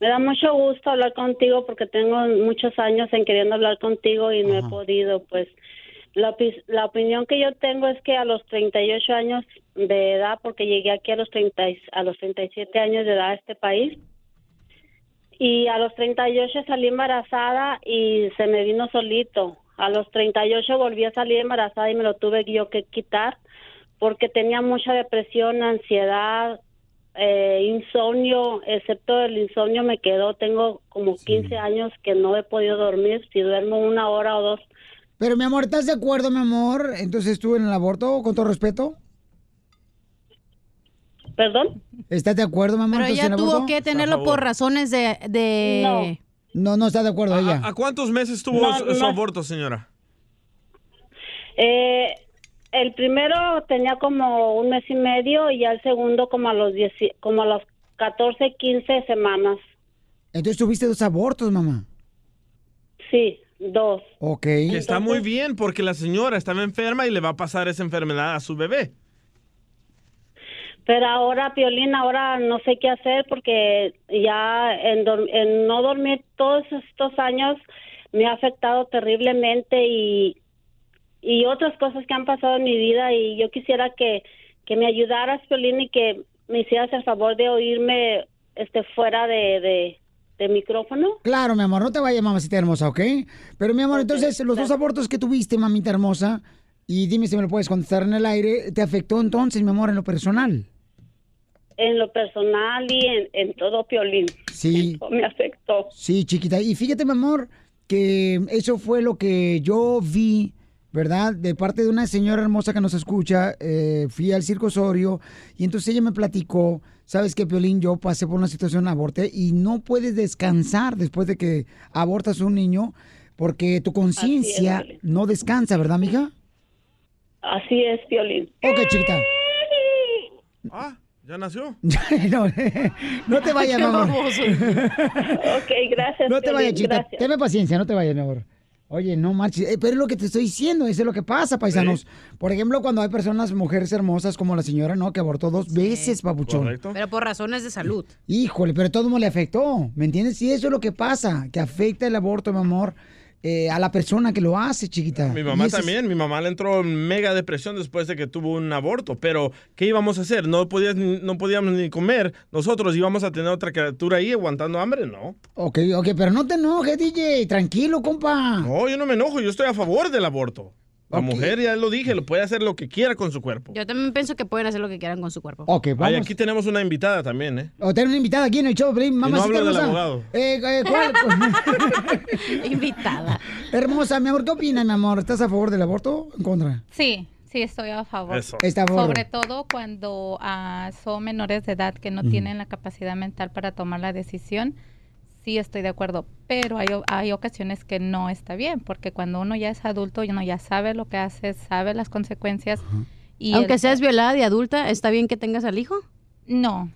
me da mucho gusto hablar contigo porque tengo muchos años en queriendo hablar contigo y no he podido. Pues la, opi- la opinión que yo tengo es que a los 38 años de edad, porque llegué aquí a los, 30, y- a los 37 años de edad a este país, y a los 38 salí embarazada y se me vino solito. A los 38 volví a salir embarazada y me lo tuve yo que quitar porque tenía mucha depresión, ansiedad, eh, insomnio, excepto el insomnio me quedó, tengo como 15 años que no he podido dormir, si duermo una hora o dos,
Pero mi amor, ¿estás de acuerdo, mi amor? Entonces tú en el aborto, con todo respeto.
¿Perdón?
¿Estás de acuerdo, mi amor?
Pero
entonces, en
ella
el
tuvo
aborto?
que tenerlo por eh, razones de... de-
No, no está de acuerdo ella.
¿A cuántos meses tuvo
No,
su, su
no.
aborto, señora?
Eh, el primero tenía como un mes y medio y ya el segundo como a los 10, como a los 14, 15 semanas.
Entonces tuviste dos abortos, mamá.
Sí, dos.
Ok.
Que está muy bien porque la señora estaba enferma y le va a pasar esa enfermedad a su bebé.
Pero ahora, Piolín, ahora no sé qué hacer porque ya en, dor- en no dormir todos estos años me ha afectado terriblemente y, y otras cosas que han pasado en mi vida y yo quisiera que, que me ayudaras, Piolín, y que me hicieras el favor de oírme este fuera de, de, de micrófono.
Claro, mi amor, no te vayas, mamacita hermosa, ¿ok? Pero mi amor, entonces, los dos abortos que tuviste, mamita hermosa, y dime si me lo puedes contestar en el aire, ¿te afectó entonces, mi amor, en lo personal?
En lo personal y en, en todo, Piolín.
Sí.
Me afectó.
Sí, chiquita. Y fíjate, mi amor, que eso fue lo que yo vi, ¿verdad? De parte de una señora hermosa que nos escucha. eh, fui al circo Osorio y entonces ella me platicó, ¿sabes qué, Piolín? Yo pasé por una situación, aborté y no puedes descansar después de que abortas un niño porque tu conciencia no descansa, ¿verdad, mija?
Así es, Piolín.
Ok, chiquita.
Ah, ya nació.
no, no te vayas, mi amor.
ok, gracias.
No te vayas,
Piolín,
chita.
gracias.
Tenme paciencia, no te vayas, mi amor. Oye, no marches. Eh, pero es lo que te estoy diciendo, eso es lo que pasa, paisanos. Por ejemplo, cuando hay personas, mujeres hermosas como la señora, ¿no? Que abortó dos veces, papuchón.
Pero por razones de salud.
Híjole, pero todo mundo le afectó, ¿me entiendes? Y eso es lo que pasa, que afecta el aborto, mi amor, eh, a la persona que lo hace, chiquita.
Mi
Y
mamá
ese es-
también, mi mamá le entró en mega depresión después de que tuvo un aborto, pero ¿qué íbamos a hacer? No, podías ni- no podíamos ni comer, nosotros íbamos a tener otra criatura ahí aguantando hambre, ¿no?
Ok, ok, pero no te enojes, DJ, tranquilo, compa.
No, yo no me enojo, yo estoy a favor del aborto. La mujer, ya lo dije, lo puede hacer lo que quiera con su cuerpo.
Yo también pienso que pueden hacer lo que quieran con su cuerpo.
Ok,
Ay, aquí tenemos una invitada también, ¿eh?
O tener una invitada aquí en el show, Pelín.
no
Mamacita
hablo del
hermosa.
abogado.
Eh, eh, ¿cuál?
Invitada.
Hermosa, mi amor, ¿qué opinas, mi amor? ¿Estás a favor del aborto o en contra?
Sí, sí, estoy a favor.
Eso. Está a favor.
Sobre todo cuando ah, son menores de edad que no
Ujú.
tienen la capacidad mental para tomar la decisión. Sí, estoy de acuerdo, pero hay, o- hay ocasiones que no está bien, porque cuando uno ya es adulto, uno ya sabe lo que hace, sabe las consecuencias. y
Aunque
el-
seas violada de adulta, ¿está bien que tengas al hijo?
No.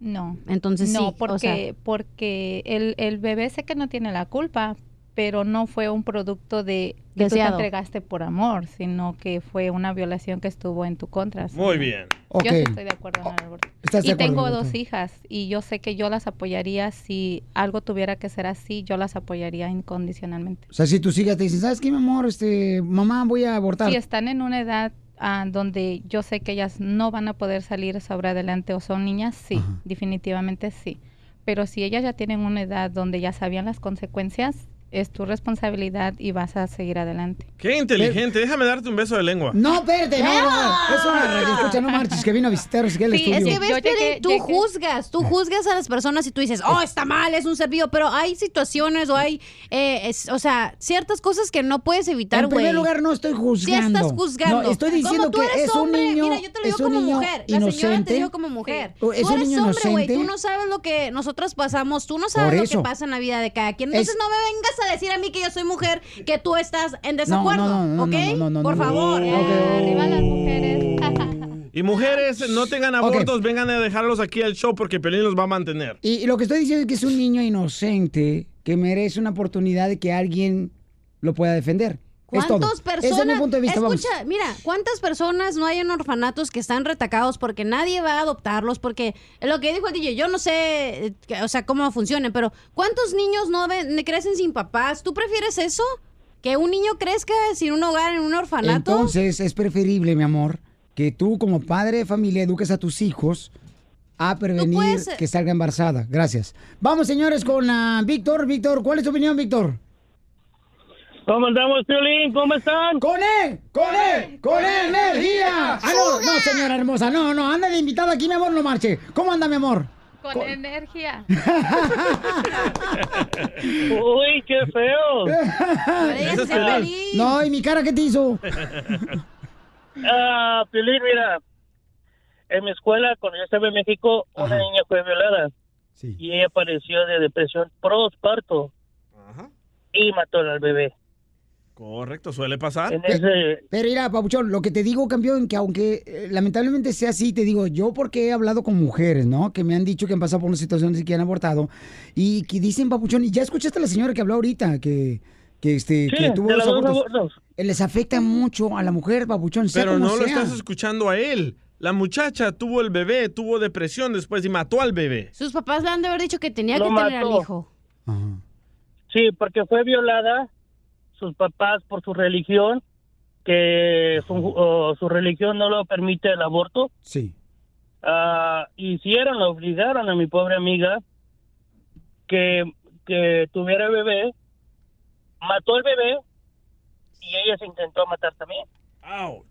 No.
Entonces
no,
sí, o
porque,
sea.
porque el, el bebé sé que no tiene la culpa, pero no fue un producto de que
Deseado.
tú te entregaste por amor, sino que fue una violación que estuvo en tu contra.
Muy bien.
Yo sí
Ok.
estoy de acuerdo
Oh,
en el aborto.
¿Estás de
y
acuerdo,
tengo
Roberto?
dos hijas y yo sé que yo las apoyaría si algo tuviera que ser así, yo las apoyaría incondicionalmente.
O sea, si tus hijas te dicen, ¿sabes qué, mi amor? Este, mamá, voy a abortar.
Si están en una edad ah, donde yo sé que ellas no van a poder salir sobre adelante o son niñas, sí, definitivamente sí. Pero si ellas ya tienen una edad donde ya sabían las consecuencias, es tu responsabilidad y vas a seguir adelante.
Qué inteligente. Déjame darte un beso de lengua.
Eh.
Ah.
No, espérate, no, no, es una radio, escucha, no marches, que vino a visitarnos aquí al
Sí, es
estudio.
que ves, Piolín, tú juzgas, tú juzgas a las personas y tú dices, oh, está mal, es un ser vivo, pero hay situaciones o hay, eh, es- o sea, ciertas cosas que no puedes evitar,
En
güey.
primer lugar, no estoy juzgando.
Sí estás juzgando.
No, estoy
Como
diciendo
tú
que
eres
es un
hombre,
niño.
mira, yo te lo
es
digo
un
como
niño
mujer. La
inocente.
señora te dijo como mujer.
Sí. Es
tú
un
eres
niño
hombre, güey. Tú
inocente.
no sabes lo que nosotros pasamos. Tú no sabes
Por
lo
eso.
que pasa en la vida de cada quien. Entonces
Es-
no me vengas a decir a mí que yo soy mujer, que tú estás en desacuerdo.
no, no, no,
¿Ok?
no, no, no,
Por
no.
favor.
Arriba las mujeres.
Y mujeres, no tengan abortos, vengan a dejarlos aquí al show porque Pelín los va a mantener.
Y lo que estoy diciendo es que es un niño inocente que merece una oportunidad de que alguien lo pueda defender. Es todo.
¿Cuántas personas?
Ese es mi punto de vista. vamos.
escucha, mira, ¿cuántas personas no hay en orfanatos que están retacados porque nadie va a adoptarlos? Porque lo que dijo el DJ, yo no sé, eh, que- o sea, cómo funcionen, pero ¿cuántos niños no ven- crecen sin papás? ¿Tú prefieres eso? ¿Que un niño crezca sin un hogar en un orfanato?
Entonces, es preferible, mi amor, que tú como padre de familia eduques a tus hijos a prevenir
puedes-
que salga embarazada. Gracias. Vamos, señores, con ah, Víctor. Víctor, ¿cuál es tu opinión, Víctor?
¿Cómo andamos, Piolín? ¿Cómo están?
¡Con él! ¡Con él! ¡Con él, energía! Ah, no, no, señora hermosa, no, no, anda de invitada aquí, mi amor, no marche. ¿Cómo anda, mi amor?
Con energía.
Uy, qué feo.
Eso es feliz. No, ¿y mi cara qué te hizo?
Ah, Piolín, mira. En mi escuela, cuando yo estaba en México, una niña fue violada. Y ella padeció de depresión postparto. Y mató al bebé.
Correcto, suele pasar.
Ah, Pe- Pero mira, Papuchón, lo que te digo, campeón, que aunque eh, lamentablemente sea así, te digo, yo porque he hablado con mujeres, ¿no? Que me han dicho que han pasado por una situación y que han abortado. Y que dicen, Papuchón, y ya escuchaste a la señora que habló ahorita, que, que, este,
Sí,
que tuvo
de
los
los dos
abortos.
abortos.
Eh, Les afecta mucho a la mujer, Papuchón, Pues sea
Pero
como
no lo
sea.
estás escuchando a él. La muchacha tuvo el bebé, tuvo depresión después y mató al bebé.
Sus papás le han de haber dicho que tenía
Lo
que tener al
mató.
hijo.
Sí, porque fue violada sus papás por su religión, que su, o su religión no lo permite el aborto.
Sí.
Ah, hicieron, la obligaron a mi pobre amiga que, que tuviera bebé, mató al bebé y ella se intentó matar también.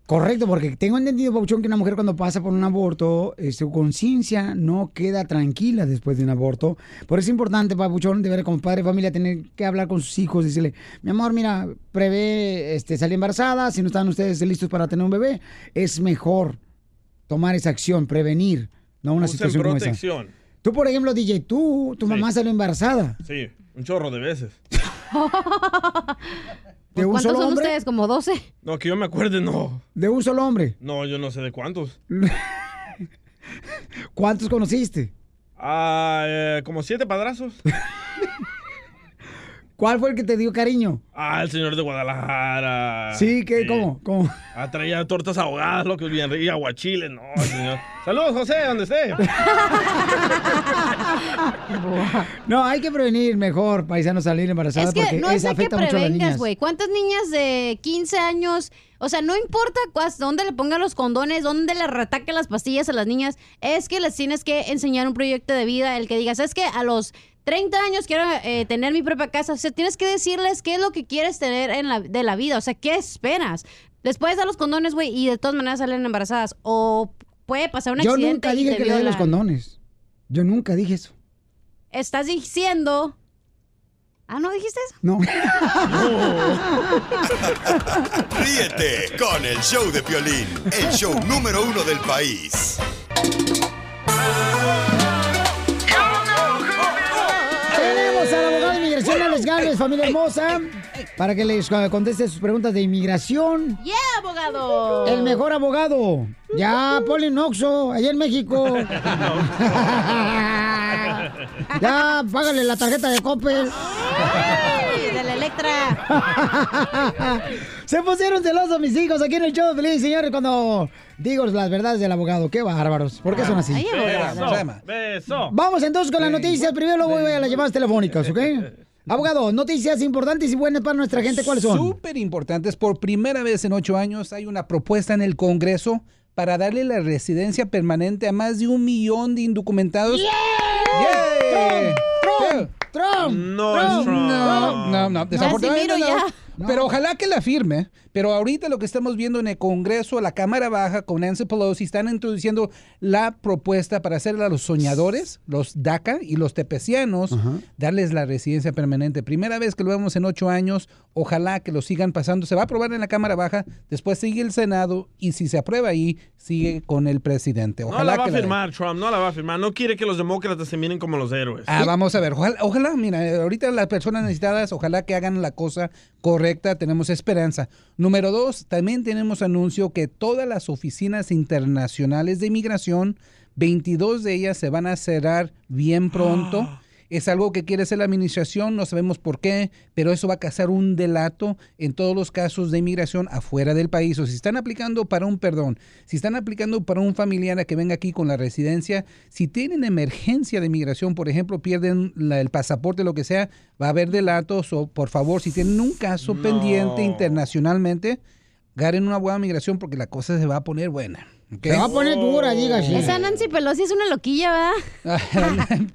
Correcto, porque tengo entendido, Papuchón, que una mujer cuando pasa por un aborto, eh, su conciencia no queda tranquila después de un aborto. Por eso es importante, Papuchón, de ver como padre de familia, tener que hablar con sus hijos, decirle, mi amor, mira, prevé este, salir embarazada, si no están ustedes listos para tener un bebé, es mejor tomar esa acción, prevenir, no una
Usen
situación como esa.
protección.
Tú, por ejemplo, DJ, tú, tu mamá salió embarazada.
Sí, un chorro de veces.
¿De un
¿Cuántos
solo
son
hombre?
ustedes? ¿Como 12?
No, que yo me acuerde, no.
¿De un solo hombre?
No, yo no sé de cuántos.
¿Cuántos conociste?
Ah, eh, como siete padrazos.
¿Cuál fue el que te dio cariño?
Ah, el señor de Guadalajara.
sí, que ¿cómo? ¿Cómo?
Ah, traía tortas ahogadas, lo que bien y aguachiles, no, señor. Saludos, José, donde esté.
No, hay que prevenir mejor, paisano, salir embarazada
Es que
porque
no es
eso
de que
afecta mucho a las
prevengas,
niñas.
güey. ¿Cuántas niñas de 15 años? O sea, no importa cuás- dónde le pongan los condones, dónde le retaquen las pastillas a las niñas, es que les tienes que enseñar un proyecto de vida, el que digas, es que a los 30 años quiero eh, tener mi propia casa. O sea, tienes que decirles qué es lo que quieres tener en la, de la vida, o sea, qué esperas. Les puedes dar los condones, güey, y de todas maneras salen embarazadas. O puede pasar un
Yo
accidente
nunca
y
dije
te
que le den los
violan.
condones. Yo nunca dije eso.
Estás diciendo... Ah, ¿no dijiste eso?
No.
Ríete con el show de Piolín, el show número uno del país.
Tenemos al abogado de inmigración, Alex Gales, familia hermosa. para que les eh, conteste sus preguntas de inmigración.
¡Yeah, abogado!
El mejor abogado. Ya, ponle Noxo, allá en México. ya, págale la tarjeta de Coppel.
¡Ay, de la Electra!
Se pusieron celosos mis hijos aquí en el show de Pelín, señores, cuando digo las verdades del abogado. Qué bárbaros. ¿Por qué son así?
Beso, beso.
Vamos entonces con las noticias. Primero luego voy a las llamadas telefónicas, ¿ok? Abogado, noticias importantes y buenas para nuestra gente, ¿cuáles son?
Súper importantes. Por primera vez en ocho años hay una propuesta en el Congreso para darle la residencia permanente a más de un millón de indocumentados. ¡Yeah!
¡Trump! ¡Trump!
No, no, no, no, desafortunadamente
Casimiro,
no.
ya.
Pero ojalá que la firme. Pero ahorita lo que estamos viendo en el Congreso, la Cámara Baja con Nancy Pelosi, están introduciendo la propuesta para hacerle a los soñadores, los DACA y los tepecianos, darles la residencia permanente. Primera vez que lo vemos en ocho años. Ojalá que lo sigan pasando. Se va a aprobar en la Cámara Baja, después sigue el Senado y si se aprueba ahí, sigue con el presidente.
No la
Ojalá
va a
que la-
firmar Trump, no la va a firmar. No quiere que los demócratas se miren como los héroes.
Ah, vamos a ver. Ojalá, ojalá, mira, eh, ahorita las personas necesitadas, ojalá que hagan la cosa correcta. Tenemos esperanza. Número dos, también tenemos anuncio que todas las oficinas internacionales de inmigración, 22 de ellas se van a cerrar bien pronto. Es algo que quiere hacer la administración, no sabemos por qué, pero eso va a causar un delato en todos los casos de inmigración afuera del país. O si están aplicando para un perdón, si están aplicando para un familiar a que venga aquí con la residencia, si tienen emergencia de inmigración, por ejemplo, pierden la- el pasaporte, lo que sea, va a haber delatos. O por favor, si tienen un caso pendiente internacionalmente, garen una buena migración porque la cosa se va a poner buena. ¿ok?
Se va a poner dura, diga, sí.
Esa Nancy Pelosi es una loquilla, ¿verdad?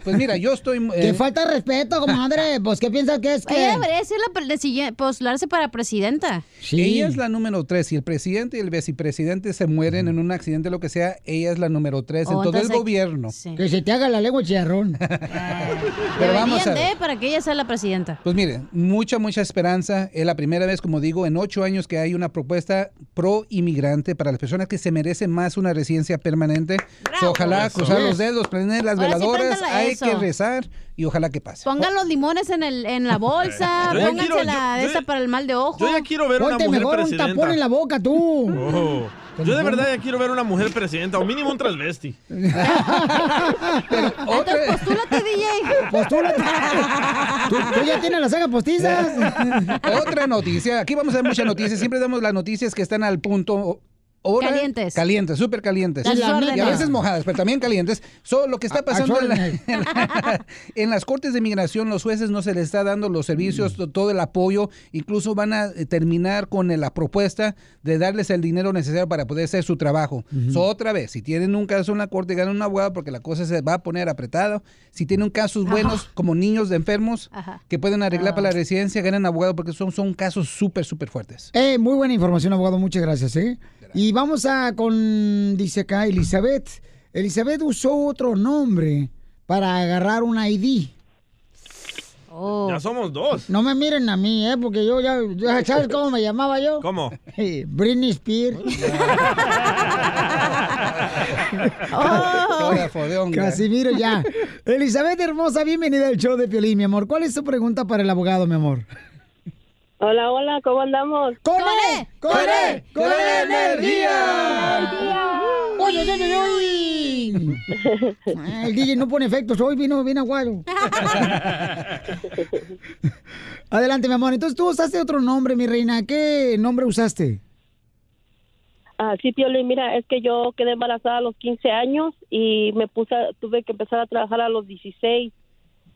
pues mira, yo estoy...
Qué falta de respeto, comadre. Pues, ¿qué piensas que es?
Ella
Que...
debería ser la, pre- de siguiente- postularse para presidenta.
Ella es la número tres. Si el presidente y el vicepresidente se mueren en un accidente, lo que sea, ella es la número tres
Oh,
en todo el
entonces-
gobierno.
Que se te haga la lengua chicharrón.
Pero
Deberían
vamos a ver.
de para que ella sea la presidenta.
Pues mire, mucha, mucha esperanza. Es la primera vez, como digo, en ocho años que hay una propuesta pro inmigrante para las personas que se merecen más una residencia permanente. So, ojalá
Eso.
cruzar los dedos, prender las
Ahora sí,
veladoras,
préndala
hay
eso.
que rezar y ojalá que pase.
Pongan los limones en, el, en la bolsa,
Yo ya
pónganse
quiero-
la
yo-
de esa para el mal de ojo.
yo ya quiero ver una Ponte mujer mejor un presidenta. tapón en la
boca, tú.
Oh. Yo de verdad ya quiero ver una mujer presidenta o mínimo un transvesti.
Entonces,
postúlate, DJ.
Postúlate. Tú, tú ya tienes las saga postizas.
Otra noticia. Aquí vamos a dar muchas noticias. Siempre damos las noticias que están al punto. o- hora-
Calientes.
Calientes, súper calientes.
Las
Y
órdenes.
a veces mojadas, pero también calientes. Solo lo que está pasando en, la-
órdenes.
en la- en las cortes de migración, los jueces no se les está dando los servicios, to- todo el apoyo. Incluso van a eh, terminar con eh, la propuesta de darles el dinero necesario para poder hacer su trabajo. So, otra vez, si tienen un caso en la corte, ganan una abogado porque la cosa se va a poner apretada. Si tienen casos buenos, como niños de enfermos, que pueden arreglar para la residencia, ganan abogado porque son, son casos súper, súper fuertes.
Eh, muy buena información, abogado. Muchas gracias, ¿eh? Y vamos a con, dice acá, Elizabeth. Elizabeth usó otro nombre para agarrar un ID.
Ya somos dos.
No me miren a mí, ¿eh? Porque yo ya, ya ¿sabes cómo me llamaba yo?
¿Cómo?
Eh, Britney Spears.
Qué hora fodonga.
Oh. Casimiro, ya. Elizabeth hermosa, bienvenida al show de Piolín, mi amor. ¿Cuál es tu pregunta para el abogado, mi amor?
Hola, hola, ¿cómo andamos?
¡Con él! ¡Con él! ¡Con E él energía! ¡Oye, oye, oye, oye! Ah, El DJ no pone efectos, hoy vino bien aguado. Adelante, mi amor. Entonces tú usaste otro nombre, mi reina. ¿Qué nombre usaste?
Ah, sí, Piolín, mira, es que yo quedé embarazada a los 15 años y me puse, a- tuve que empezar a trabajar a los 16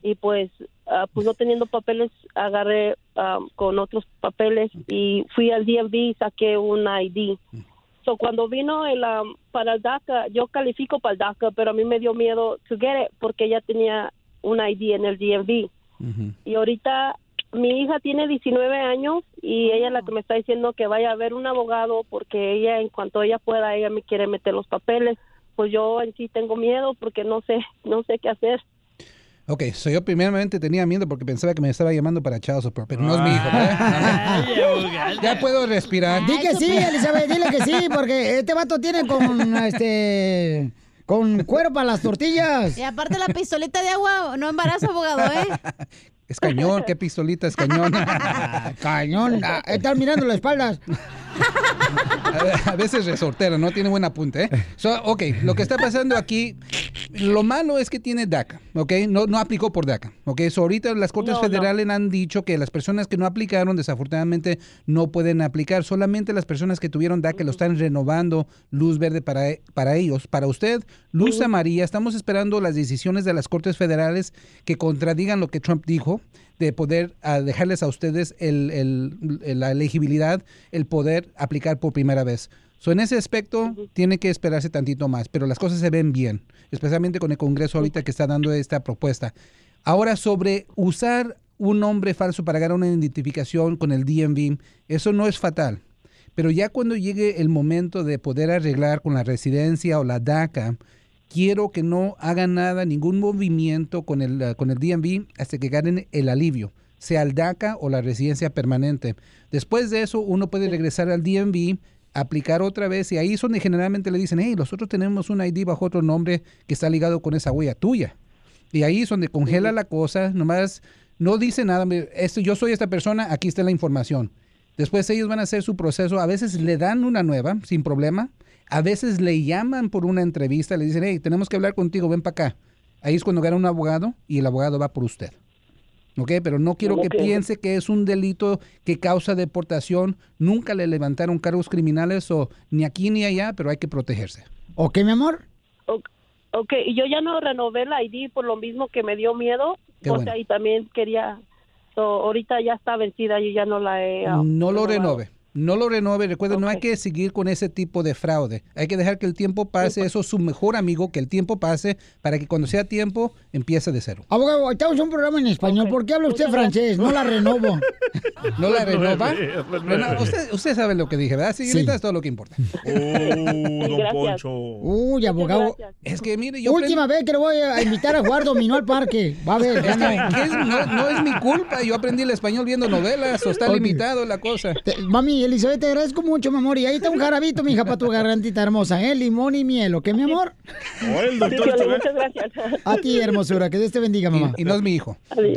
y pues, ah, pues no teniendo papeles, agarré ah, con otros papeles y fui al DMV y saqué un ID. So, cuando vino el, ah, para el DACA, yo califico para el DACA, pero a mí me dio miedo to get it porque ya tenía un ID en el DMV. Y ahorita mi hija tiene 19 años y ella es
Ah.
la que me está diciendo que vaya a ver un abogado porque ella en cuanto ella pueda ella me quiere meter los papeles. Pues yo en sí tengo miedo porque no sé, no sé qué hacer.
Ok, so yo primeramente tenía miedo porque pensaba que me estaba llamando para Child Support, pero no es mi hijo. ¿verdad? ya puedo respirar.
Di que sí, Elizabeth, dile que sí, porque este vato tiene con este Con cuero para las tortillas.
Y aparte la pistolita de agua no embaraza, abogado, ¿eh?
Es cañón, qué pistolita, es cañón.
cañón, estás mirando las espaldas.
A veces resortera, no tiene buen apunte. ¿eh? So, ok, lo que está pasando aquí, lo malo es que tiene DACA, ok, no, no aplicó por DACA, ok. So, ahorita las Cortes
No, no.
Federales han dicho que las personas que no aplicaron, desafortunadamente, no pueden aplicar. Solamente las personas que tuvieron DACA lo están renovando luz verde para, para ellos. Para usted, luz amarilla, estamos esperando las decisiones de las Cortes Federales que contradigan lo que Trump dijo de poder ah, dejarles a ustedes el- el- el- la elegibilidad, el poder aplicar por primera vez. So, en ese aspecto tiene que esperarse tantito más, pero las cosas se ven bien, especialmente con el Congreso ahorita que está dando esta propuesta. Ahora sobre usar un nombre falso para ganar una identificación con el DMV, eso no es fatal. Pero ya cuando llegue el momento de poder arreglar con la residencia o la DACA, quiero que no hagan nada, ningún movimiento con el, eh, con el DMV hasta que ganen el alivio, sea el DACA o la residencia permanente. Después de eso, uno puede regresar al DMV, aplicar otra vez y ahí es donde generalmente le dicen, hey, nosotros tenemos un ID bajo otro nombre que está ligado con esa huella tuya. Y ahí es donde congela la cosa, nomás no dice nada, me- esto, yo soy esta persona, aquí está la información. Después ellos van a hacer su proceso, a veces le dan una nueva sin problema, a veces le llaman por una entrevista, le dicen, hey, tenemos que hablar contigo, ven para acá. Ahí es cuando gana un abogado y el abogado va por usted. ¿Ok? Pero no quiero que
Ok.
piense que es un delito que causa deportación. Nunca le levantaron cargos criminales o ni aquí ni allá, pero hay que protegerse.
¿Ok, mi amor?
Ok, y yo ya no renové la ID por lo mismo que me dio miedo,
Qué
porque
bueno.
ahí también quería, so, ahorita ya está vencida, yo ya no la he... ah,
No lo
renovado.
renove. No lo renove. Recuerden, no hay que seguir con ese tipo de fraude. Hay que dejar que el tiempo pase. Eso es su mejor amigo, que el tiempo pase para que cuando sea tiempo empiece de cero.
Abogado, estamos en un programa en español. ¿Por qué habla usted francés? No la renovo.
¿No
Pues
la renova?
Renueve, renueve.
Reno- Usted, usted sabe lo que dije, ¿verdad, señorita?
Sí.
Es todo lo que importa.
Oh, don Gracias. Poncho. Uy, abogado.
Es que mire, yo
Última vez que lo voy a invitar a jugar dominó al parque. Va a ver,
Es
gana.
que- que es- no, no es mi culpa. Yo aprendí el español viendo novelas o está
Ok.
limitado la cosa.
Te- mami, Elizabeth, te agradezco mucho, mi amor. Y ahí está un jarabito, mi hija, para tu gargantita hermosa, ¿eh? Limón y miel, ¿ok, mi amor?
Sí, Piolín, muchas gracias.
A ti, hermosura. Que Dios te bendiga, mamá.
Y, no es mi hijo.
Te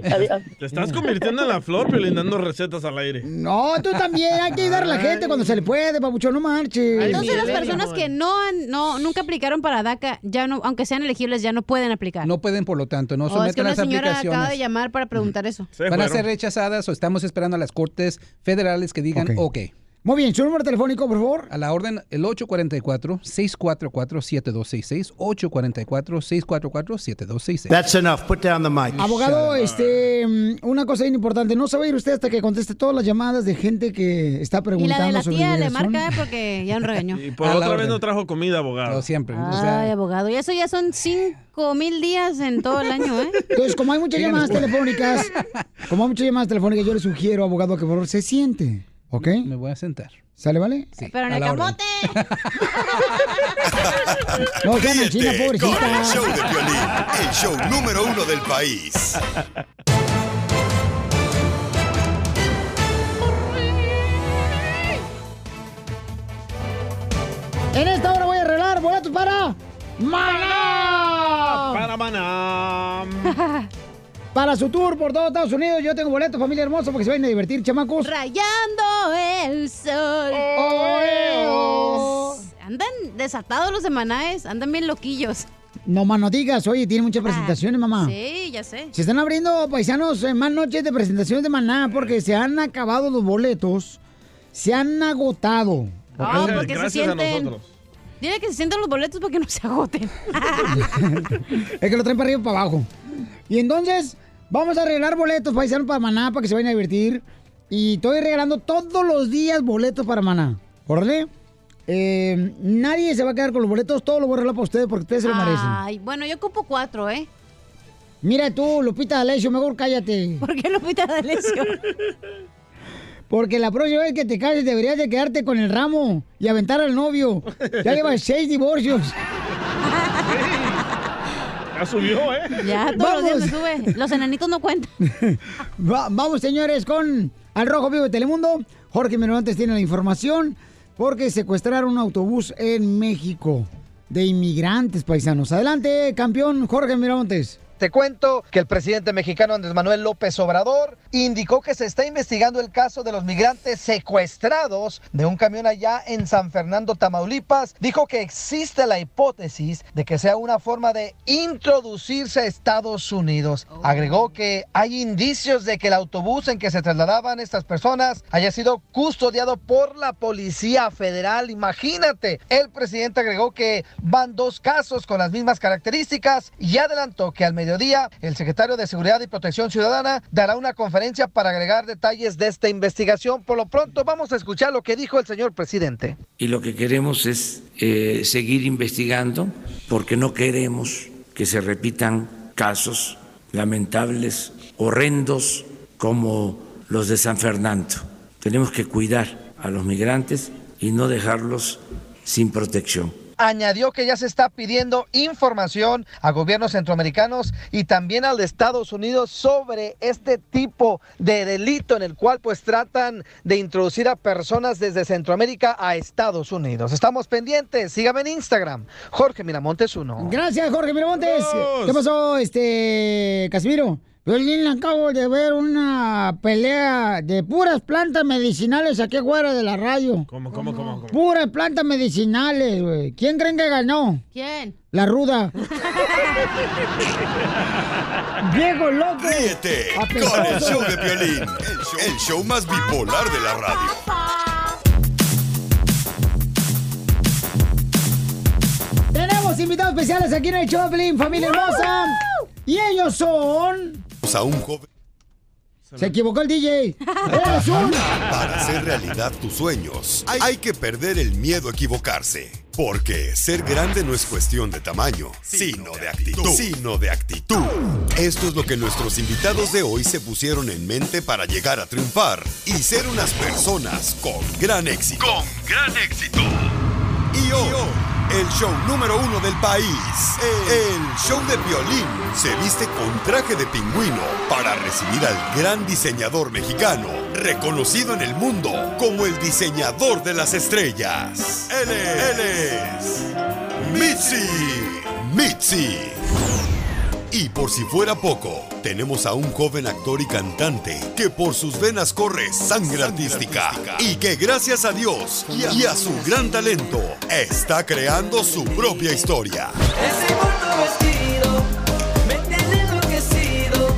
estás convirtiendo en la flor, Piolín, dando recetas al aire.
No, tú también. Hay que ayudar a la gente cuando se le puede, papucho. No marches.
Entonces las personas que no, han- no nunca aplicaron para DACA, ya no, aunque sean elegibles, ya no pueden aplicar.
No pueden, por lo tanto, no
Ah. Oh, es que
someten
una
las
señora acaba de
aplicaciones.
llamar para preguntar eso.
Van a ser rechazadas o estamos esperando a las cortes federales que digan, ok.
Muy bien, su número telefónico, por favor.
A la orden, el 844-644-7266. 844-644-7266.
That's enough. Put down the mic.
Abogado, este, mm, una cosa bien importante. No se va a ir usted hasta que conteste todas las llamadas de gente que está
Y
preguntando
la de la
sobre
tía le
inmigración.
marca eh, porque ya no regañó.
Y por
A la
otra vez
orden.
no trajo comida, abogado.
siempre.
Ay, abogado, y eso ya son cinco mil días en todo el año, ¿eh?
Entonces, como hay muchas
Síganos,
llamadas
por-
telefónicas, como hay muchas llamadas telefónicas, yo le sugiero, abogado, que por favor se siente, ¿ok?
Me voy a sentar.
¿Sale, vale?
Pero en
A
el
la orden.
camote.
No, gana China,
Ríete
pobrecita.
con el show de Piolín, el show número uno del país.
En esta hora voy a arreglar boletos para... ¡Maná!
Para Maná.
Um. Para su tour por todo Estados Unidos, yo tengo boletos, familia hermosa, porque se vayan a divertir, chamacos.
Rayando el sol. Oh, eh, Andan desatados los de Manaes, andan bien loquillos.
No más no digas, oye, tiene muchas presentaciones, mamá.
Ah, Sí, ya sé.
Se están abriendo, paisanos, eh, más noches de presentaciones de Maná porque se han acabado los boletos. Se han agotado.
Ah,
¿ok?
porque se sienten. Dile que se sienten los boletos para que no se agoten.
Es que lo traen para arriba y para abajo. Y entonces, vamos a regalar boletos, paisanos, para Maná para que se vayan a divertir. Y estoy regalando todos los días boletos para Maná. ¿Órale? Eh, nadie se va a quedar con los boletos, todo lo voy a regalar para ustedes porque ustedes
Ah.
se lo merecen.
Ay, bueno, yo ocupo cuatro, ¿eh?
Mira tú, Lupita D'Alessio, mejor cállate.
¿Por qué Lupita D'Alessio?
Porque la próxima vez que te cases deberías de quedarte con el ramo y aventar al novio. Ya llevas seis divorcios.
Ya subió, ¿eh?
Ya, todos los días me sube. Los enanitos no cuentan.
Va- vamos, señores, con Al Rojo Vivo de Telemundo. Jorge Miramontes tiene la información porque secuestraron un autobús en México. de inmigrantes paisanos. Adelante, campeón Jorge Miramontes.
Te cuento que el presidente mexicano Andrés Manuel López Obrador indicó que se está investigando el caso de los migrantes secuestrados de un camión allá en San Fernando, Tamaulipas. Dijo que existe la hipótesis de que sea una forma de introducirse a Estados Unidos. Agregó que hay indicios de que el autobús en que se trasladaban estas personas haya sido custodiado por la Policía Federal. Imagínate, el presidente agregó que van dos casos con las mismas características y adelantó que al mediodía el secretario de Seguridad y Protección Ciudadana dará una conferencia para agregar detalles de esta investigación. Por lo pronto vamos a escuchar lo que dijo el señor presidente.
y lo que queremos es eh, seguir investigando porque no queremos que se repitan casos lamentables, horrendos como los de San Fernando. Tenemos que cuidar a los migrantes y no dejarlos sin protección.
Añadió que ya se está pidiendo información a gobiernos centroamericanos y también al de Estados Unidos sobre este tipo de delito en el cual pues tratan de introducir a personas desde Centroamérica a Estados Unidos. Estamos pendientes, sígame en Instagram, Jorge Miramontes 1.
Gracias, Jorge Miramontes. ¿Qué pasó, este, Casimiro? Violín, acabo de ver una pelea de puras plantas medicinales aquí afuera de la radio.
¿Cómo, cómo, cómo? cómo?
Puras plantas medicinales, güey. ¿Quién creen que ganó?
¿Quién?
La ruda. Diego loco.
Ríete
Apestoso.
con el show de Piolín, el show, el show más bipolar de la radio.
Tenemos invitados especiales aquí en el Choplin, familia hermosa. Y ellos son...
Vamos A un joven
Se equivocó el DJ. Eres un...
para hacer realidad tus sueños, hay, hay que perder el miedo a equivocarse. Porque ser grande no es cuestión de tamaño, sino de actitud. Sino de actitud. Esto es lo que nuestros invitados de hoy se pusieron en mente para llegar a triunfar y ser unas personas con gran éxito. Con gran éxito. Y hoy, el show número uno del país, el show de violín, se viste con traje de pingüino para recibir al gran diseñador mexicano, reconocido en el mundo como el diseñador de las estrellas. Él es, él es Mitzi. Mitzi. Y por si fuera poco, tenemos a un joven actor y cantante que por sus venas corre sangre artística y que gracias a Dios y a, y a su gran talento está creando su propia historia.
Ese corto vestido me tiene enloquecido.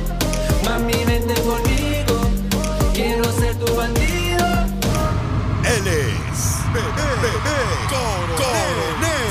Mami, vente conmigo. Quiero ser tu bandido.
Él es Bebé, Bebé Coronel.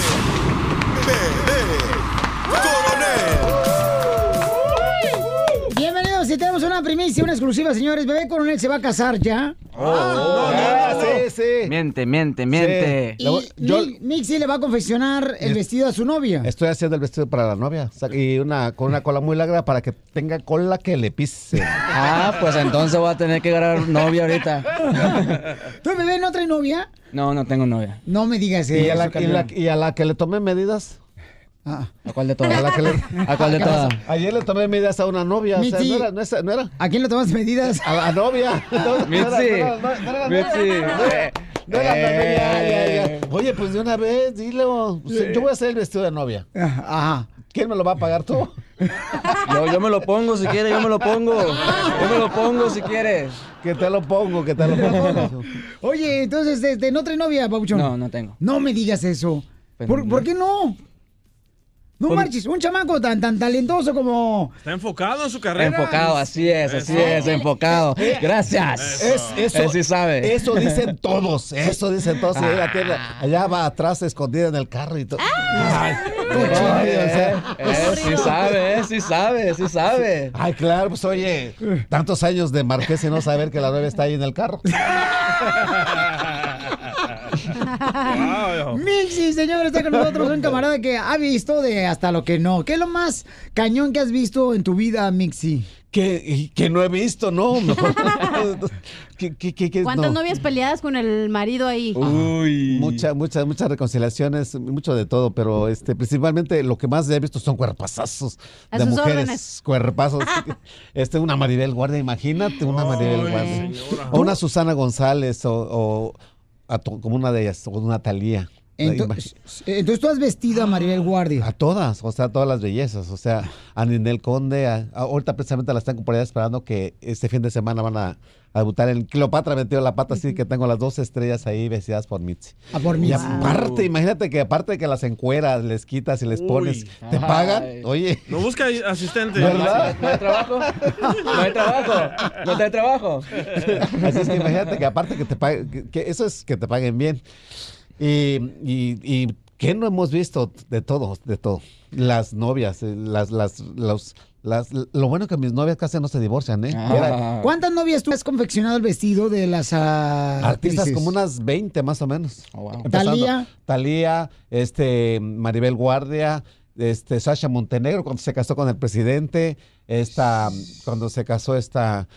Bebé
Bienvenidos y tenemos una primicia, una exclusiva, señores. Bebé Coronel se va a casar ya.
Ah, sí, sí. Miente, miente, miente.
Y
Le voy- yo
Mi- Mixi le va a confeccionar el
Es-
vestido a su novia.
estoy haciendo el vestido para la novia. o sea, Y una con una cola muy larga para que tenga cola que le pise.
Ah, pues entonces voy a tener que agarrar novia ahorita.
¿Tú, bebé, no trae novia?
No, no tengo novia.
No me digas eso.
¿Y a la, y
campeón.
la- y a la que le tomé medidas?
Ah.
¿A cuál de todas?
A, la que le-
¿A cuál de
¿Qué
todas?
pasa? Ayer le tomé medidas a una novia. O sea,
Mitzi.
no era, no, es- no era.
¿A quién le tomas medidas?
A la novia. No, no era-
Mitzi.
no era- no era- no era-
Mitzi.
no era- no era novia, ya, ya, ya. Oye, pues de una vez, dile. o- pues,
Sí.
Yo voy a hacer el vestido de novia.
Ajá.
¿Quién me lo va a pagar tú?
Yo, yo me lo pongo si quieres, yo me lo pongo. Yo me lo pongo si quieres.
Que te lo pongo, que te lo pongo.
Oye, entonces, este, ¿no trae novia, Pabuchón?
No, no tengo. Pues
No me digas eso. ¿Por, por qué no? No marches, un chamaco tan, tan talentoso como...
Está enfocado en su carrera.
Enfocado, así es, así es, enfocado. Gracias.
Eh, Es, eso,
Él sí sabe. Ah.
Eso dicen todos, eso dicen todos. Y ahí la tiene, allá va atrás escondida en el carro y todo. Ay, ay, o sea,
Eh, Él Ah. sí sabe, él sí sabe, sí sabe.
Ay, claro, pues oye, tantos años de marqués y no saber que la novia está ahí en el carro.
Oh.
Mixi, señor, está con nosotros un camarada que ha visto de hasta lo que no. ¿Qué es lo más cañón que has visto en tu vida, Mixi?
Que, que no he visto, no. mejor. Que- que- que- que-
¿Cuántas
no.
novias peleadas con el marido ahí?
Uh.
Uy. Muchas, muchas, muchas reconciliaciones, mucho de todo, pero este, principalmente lo que más he visto son cuerpazazos
A
de
sus
mujeres.
órdenes.
Cuerpazos. este, una Maribel Guardia, imagínate, una Maribel Guardia. O una Susana González, o, o a to- como una de ellas, o una Talía.
Entonces, entonces tú has vestido a Maribel Guardia.
A todas, o sea, todas las bellezas. O sea, a Ninel Conde, a- a- ahorita precisamente la están por allá esperando que este fin de semana van a, a debutar en Cleopatra metido la pata, así que tengo las dos estrellas ahí vestidas por Mitzi.
Ah, por
Y
Mitzi.
aparte, imagínate que aparte de que las encueras, les quitas y les pones, te pagan,
Ay.
oye.
No busca asistente.
¿Verdad?
No hay trabajo. No hay trabajo. No hay trabajo.
Así es que imagínate que aparte que te paguen, que, que eso es que te paguen bien. Y, y, y ¿qué no hemos visto de todo, de todo? Las novias, eh, las, las, los, las, lo bueno que mis novias casi no se divorcian, ¿eh?
Ah.
Era-
¿Cuántas novias tú has confeccionado el vestido de las ah,
Artistas
actrices?
como unas 20 más o menos. Empezando,
Thalía.
Thalía, este, Maribel Guardia, este, Sasha Montenegro cuando se casó con el presidente, esta, cuando se casó esta,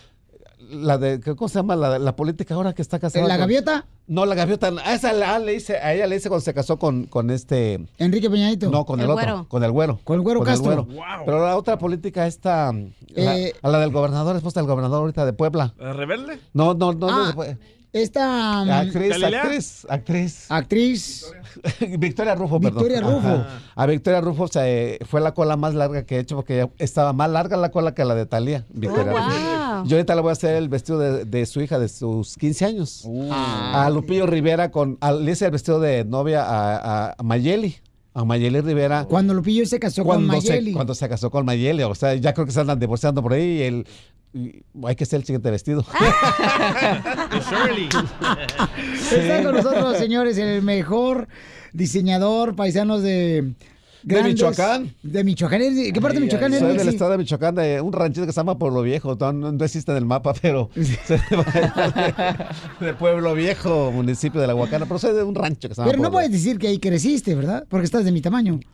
la de, ¿cómo se llama? La, la política ahora que está casada.
¿La
con-
gaviota?
No, la gaviota, no. a, esa la- le hice- a ella le hice cuando se casó con, con este...
Enrique Peñadito.
No, con el,
El
otro,
güero.
con el güero. Con el
güero Castro.
güero. Pero la otra política esta, la-
Eh,
a la del gobernador, esposa del gobernador ahorita de Puebla.
¿Rebelde?
No, no, no, no,
Ah,
se puede.
Esta. mm,
Actriz, actriz, actriz.
Actriz.
Victoria Rufo, perdón.
Victoria Rufo.
Ajá. A Victoria Rufo se, fue la cola más larga que he hecho porque ya estaba más larga la cola que la de Talía. Victoria
Oh,
Rufo.
wow.
Yo ahorita le voy a hacer el vestido de, de su hija de sus 15 años.
Uh.
A Lupillo Rivera con a- le hice el vestido de novia a, a- a Mayeli. A Mayeli Rivera.
Cuando Lupillo se casó con
Cuando se-
Mayeli.
cuando se casó con Mayeli. O sea, ya creo que se andan divorciando por ahí y el- y hay que hacer el siguiente vestido.
Está con nosotros, señores, el mejor diseñador paisanos de.
Michoacán.
De Michoacán. ¿Eres de- ¿Qué parte de Michoacán
Soy
eres?
del
Mixi?
estado de Michoacán, de un ranchito que se llama Pueblo Viejo. No, no- no existe en el mapa, pero se llama de, de Pueblo Viejo, municipio de La Huacana. Pero soy de un rancho que se llama
Pero no
Pueblo
puedes decir que ahí creciste, ¿verdad? Porque estás de mi tamaño.
Viejo.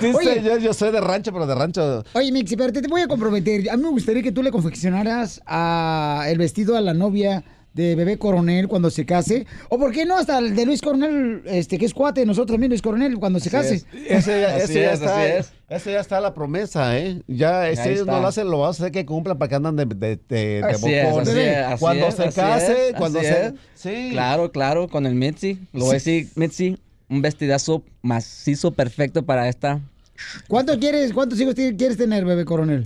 Sí,
Oye.
sí, yo, yo soy de rancho, pero de rancho.
Oye, Mixi, pero te, te voy a comprometer. A mí me gustaría que tú le confeccionaras a el vestido a la novia de Bebé Coronel cuando se case. O por qué no, hasta el de Luis Coronel, este, que es cuate de nosotros, también Luis Coronel, cuando se case.
Así es. Ese ya, ese
Así
ya
es,
está,
así es.
ese ya está la promesa, ¿eh? Ya, si
Ahí
ellos no
está.
lo hacen, lo vamos a hacer que cumplan para que andan de, de, de- de
Así es,
bocones.
así es, así
cuando
es,
se
así
case,
es,
cuando
así
se.
es.
Sí.
Claro, claro, con el Mitzi. Lo voy a decir, Mitzi, un vestidazo macizo perfecto para esta.
¿Cuánto quieres, ¿Cuántos hijos ti- quieres tener, Bebé Coronel?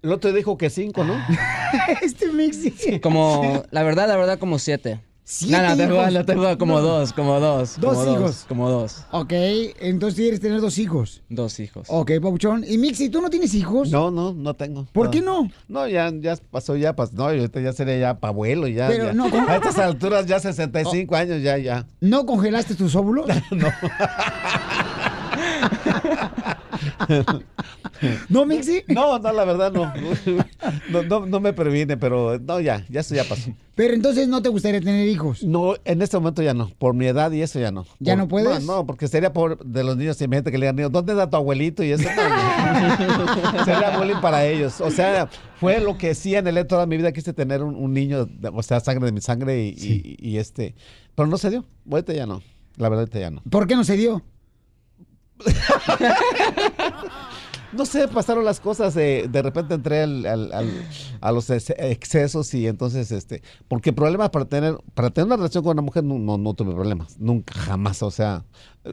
El otro dijo que cinco, ¿no?
este Mixi.
Ah, Como, la verdad, la verdad, como siete.
¿Siete
no, no, te
hijos?
jodas, no te jodas, como
No.
dos, como dos.
Dos
como
hijos.
Como dos.
Ok, entonces quieres tener dos hijos.
Dos hijos.
Ok, Pabuchón. ¿Y Mixi, tú no tienes hijos?
No, no, no tengo.
¿Por
No.
qué no?
No, ya, ya pasó, ya pasó. No, ahorita ya sería ya pa' abuelo, ya.
Pero
ya.
no, ¿cómo?
A estas alturas ya 65 años, ya, ya.
¿No congelaste tus óvulos? no. ¿No, Mixi?
No, no, la verdad no. No, no, no me previne, pero no, ya, ya eso ya pasó.
Pero entonces no te gustaría tener hijos.
No, en este momento ya no, por mi edad y eso ya no.
¿Ya
Por-
no puedes?
No, no, porque sería por de los niños, imagínate que le digan, niño, ¿dónde está tu abuelito? Y eso no, sería bullying para ellos. O sea, fue lo que sí anhelé toda mi vida, quise tener un, un niño, de- o sea, sangre de mi sangre y, y- y este, pero no se dio, ahorita ya no, la verdad ahorita ya no.
¿Por qué no se dio?
No sé, pasaron las cosas, eh, de repente entré al- al- al- a los ex- excesos y entonces, este, porque problemas para tener, para tener una relación con una mujer no, no, no tuve problemas, nunca, jamás, o sea,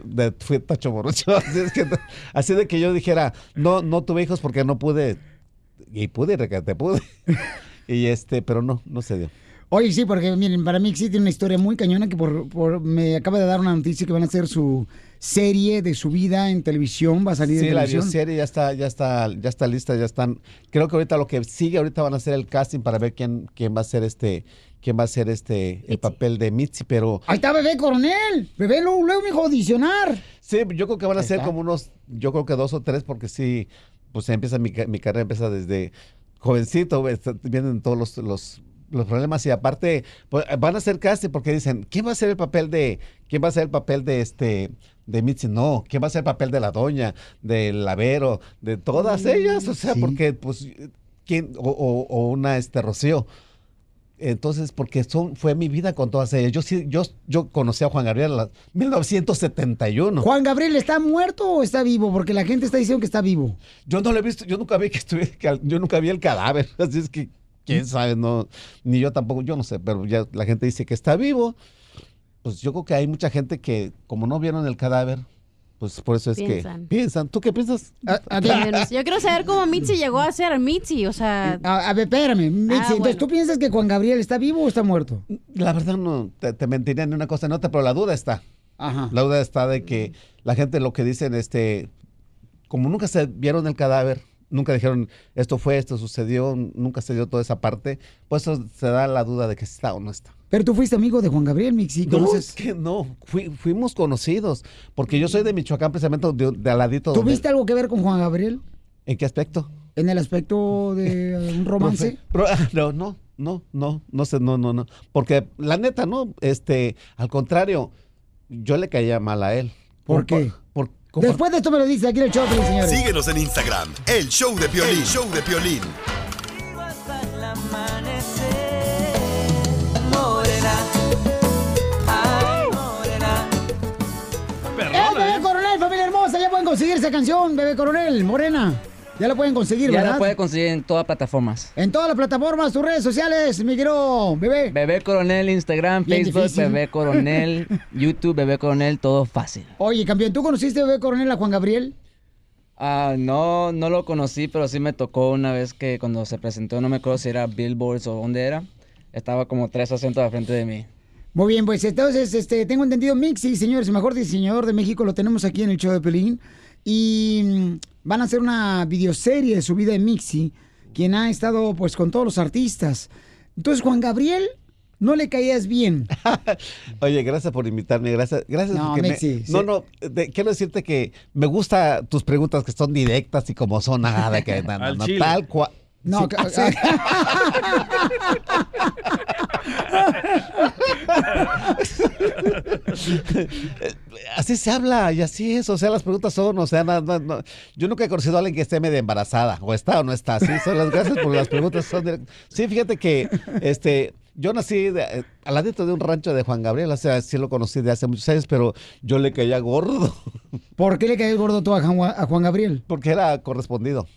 de, fui tacho borracho, así, es que, así de que yo dijera, no, no tuve hijos porque no pude, y pude, te pude, y este, pero no, no se dio.
Oye, sí, porque miren, para mí existe una historia muy cañona que por, por- me acaba de dar una noticia que van a hacer su serie de su vida en televisión, va a salir
Sí,
en
la
televisión.
bioserie ya está, ya está, ya está lista, ya están. Creo que ahorita lo que sigue ahorita van a hacer el casting para ver quién, quién va a ser este, quién va a ser este el papel de Mitzi, pero
Ahí está bebé coronel, bebé luego, luego mijo, audicionar.
sí, yo creo que van a
Ahí
ser
está.
como unos, yo creo que dos o tres, porque sí, pues empieza mi, ca- mi carrera empieza desde jovencito, ves, vienen todos los, los los problemas y aparte pues, van a hacer casting porque dicen quién va a ser el papel de quién va a ser el papel de este de Mitzi no quién va a ser el papel de la doña del lavero de todas
Mm,
ellas o sea porque pues quién o, o- o una este Rocío entonces, porque son, fue mi vida con todas ellas. Yo sí, yo, yo conocí a Juan Gabriel en la- 1971.
Juan Gabriel, ¿está muerto o está vivo? Porque la gente está diciendo que está vivo.
Yo no lo he visto, yo nunca vi que estuviera, el cal- yo nunca vi el cadáver. Así es que, quién sabe, no, ni yo tampoco, yo no sé, pero ya la gente dice que está vivo. pues yo creo que hay mucha gente que, como no vieron el cadáver, pues por eso es
Piensan.
que piensan. ¿Tú qué piensas?
Ah,
Entiéndenos. Yo quiero saber cómo Mitzi llegó a ser Mitzi, o sea...
Ah, A, a ver, espérame, Mitzi, entonces tú piensas que Juan Gabriel está vivo o está muerto?
La verdad no te, te mentiría en una cosa en otra, pero la duda está.
Ajá.
La duda está de que la gente lo que dicen, este, como nunca se vieron el cadáver, nunca dijeron esto fue, esto sucedió, nunca se dio toda esa parte, pues eso se da la duda de que está o no está.
Pero tú fuiste amigo de Juan Gabriel, Mixi,
No,
¿conoces?
es que no, fui- fuimos conocidos, porque yo soy de Michoacán, precisamente de, de aladito. donde-
¿Tuviste algo que ver con Juan Gabriel?
¿En qué aspecto?
¿En el aspecto de eh, un romance?
Profe, pro- no, no, no, no, no sé, no, no, no. Porque la neta, no, este, al contrario, yo le caía mal a él. ¿Por, qué?
Después de esto me lo dice aquí en el show, señores.
Síguenos en Instagram, el show de Piolín. El show de Piolín.
Morena. Ay, morena.
¡Eh, Bebé Coronel, familia hermosa! Ya pueden conseguir esa canción, Bebé Coronel, Morena. Ya la pueden conseguir,
Ya
¿verdad?
la puede conseguir en todas plataformas.
En todas las plataformas, tus redes sociales, mi querido bebé.
Bebé Coronel, Instagram,
Bien
Facebook,
difícil.
Bebé Coronel, YouTube, Bebé Coronel, todo fácil.
Oye, campeón, ¿tú conociste a Bebé Coronel a Juan Gabriel?
Ah, no, no lo conocí, pero sí me tocó una vez que cuando se presentó, no me acuerdo si era Billboards o dónde era, estaba como tres asientos al frente de mí.
Muy bien, pues entonces, este, tengo entendido, Mixi, señores, el mejor diseñador de México, lo tenemos aquí en el show de Pelín. Y mm, van a hacer una videoserie de su vida de Mixi, quien ha estado, pues, con todos los artistas. Entonces, Juan Gabriel, no le caías bien.
Oye, gracias por invitarme, gracias, gracias
No,
porque me-
Mexi, sí.
no, no, de- quiero decirte que me gusta tus preguntas que son directas y como son nada de que na- na-
Al
na-
chile.
tal cual.
No,
Sí,
que-
ah, sí. así se habla y así es, o sea, las preguntas son, o sea, na- na- no- yo nunca he conocido a alguien que esté medio embarazada, o está o no está, sí, son las gracias por las preguntas. Son direct- Sí, fíjate que, este, yo nací de- eh, al ladito de un rancho de Juan Gabriel, o sea, sí lo conocí de hace muchos años, pero yo le caía gordo.
¿Por qué le caías gordo tú a Juan, a Juan Gabriel?
Porque era correspondido.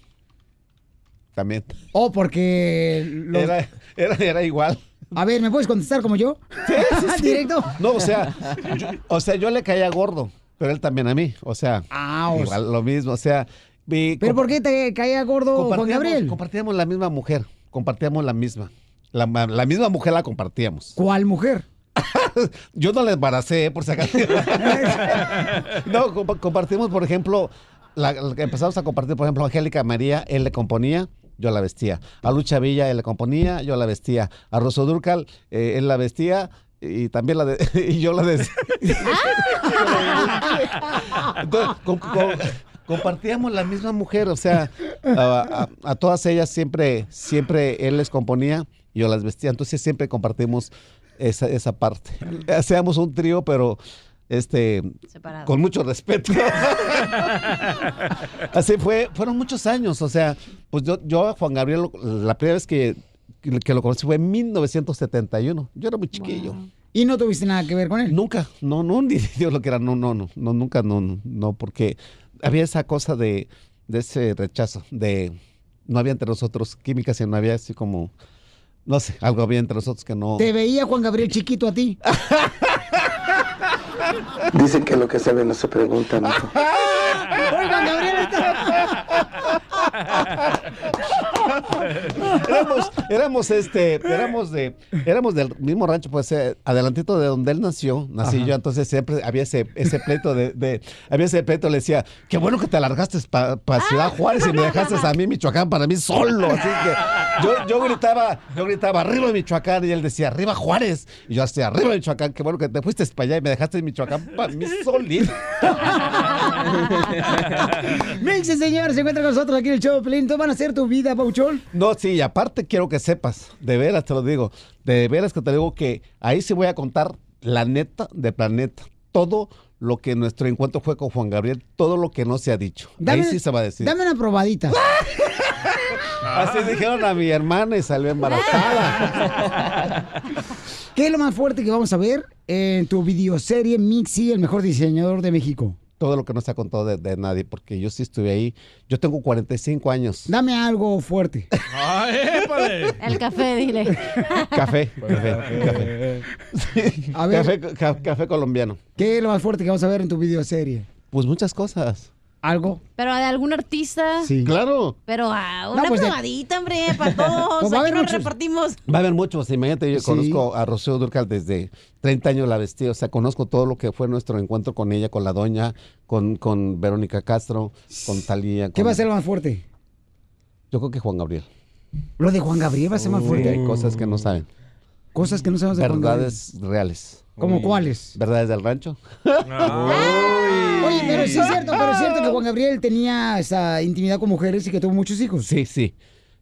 También.
O Oh, porque... los-
Era, era, era igual.
A ver, ¿me puedes contestar como yo? ¿Directo?
No, o sea, yo, o sea, yo le caía gordo, pero él también a mí. O sea,
Ah, o
igual, lo mismo. O sea, mi-
¿Pero por qué te caía gordo Juan
compartíamos-
Gabriel?
Compartíamos la misma mujer, compartíamos la misma. La, ma- la misma mujer la compartíamos.
¿Cuál mujer?
Yo no la embaracé, eh, por si acaso. no, compa- compartimos, por ejemplo, la, la que empezamos a compartir, por ejemplo, a Angélica María, él le componía, yo la vestía. A Lucha Villa, él le componía, yo la vestía. A Rosso Durcal, eh, él la vestía y también la de- y yo la des- Entonces, com- com- compartíamos la misma mujer, o sea, a, a- a todas ellas siempre, siempre él les componía y yo las vestía, entonces siempre compartimos esa, esa parte. Hacíamos un trío, pero este con mucho respeto. Así fue, fueron muchos años, o sea, pues yo, yo a Juan Gabriel, lo- la primera vez que, que lo conocí fue en 1971, yo era muy chiquillo.
¿Y no tuviste nada que ver con él?
Nunca, no, no, ni Dios lo que era, no, no, no, no, nunca, no, no, no, porque había esa cosa de, de ese rechazo, de no había entre nosotros química, sino había así como, no sé, algo había entre nosotros que no.
¿Te veía Juan Gabriel chiquito a ti?
Dicen que lo que se ve no se pregunta, mijo.
Oigan, Gabriel
éramos, éramos este, éramos de, éramos del mismo rancho, pues eh, adelantito de donde él nació, nací
Ajá.
yo, entonces siempre había ese, ese pleito de, de- había ese pleito, le decía, qué bueno que te alargaste para Ciudad Juárez y me dejaste a mí Michoacán para mí solo, así que yo, yo gritaba, yo gritaba arriba Michoacán y él decía arriba Juárez y yo hacía arriba Michoacán, qué bueno que te fuiste para allá y me dejaste en Michoacán para mí solito.
Mixi, señor, se encuentra con nosotros aquí en el show, Pelín. ¿Tú van a hacer tu vida, Pauchón?
No, sí, y aparte quiero que sepas, de veras te lo digo, de veras que te digo que ahí sí voy a contar la neta de planeta, todo lo que nuestro encuentro fue con Juan Gabriel, todo lo que no se ha dicho. ahí sí ¡Ah! se va a decir.
Dame Ah. una probadita.
Así dijeron a mi hermana y salió embarazada.
eh, ¿Qué es lo más fuerte que vamos a ver en tu videoserie Mixi, el mejor diseñador de México?
todo lo que no se ha contado de, de nadie, porque yo sí estuve ahí. Yo tengo 45 años.
Dame algo fuerte.
Ah,
El café, dile.
Café, café,
Bueno.
café.
A ver.
Café, ca- café colombiano.
¿Qué es lo más fuerte que vamos a ver en tu videoserie?
Pues muchas cosas.
¿Algo?
Pero de algún artista.
Claro.
Pero ah,
No,
una
pues, eh.
probadita, hombre, para todos.
Pues va a
Aquí
haber
nos
muchos.
repartimos.
Va a haber muchos. Imagínate, yo
Sí.
conozco a Rocío Durcal desde 30 años la vestí. O sea, conozco todo lo que fue nuestro encuentro con ella, con la doña, con, con Verónica Castro, con Talía.
¿Qué va a ser lo más fuerte?
Yo creo que Juan Gabriel.
Lo de Juan Gabriel va a ser más
Sí,
fuerte.
hay cosas que no saben.
Cosas que no sabemos de Juan
Verdades reales.
¿Cómo Uy. cuáles?
Verdades del rancho.
Oye, pero sí es cierto, pero es cierto que Juan Gabriel tenía esa intimidad con mujeres y que tuvo muchos hijos.
Sí, sí.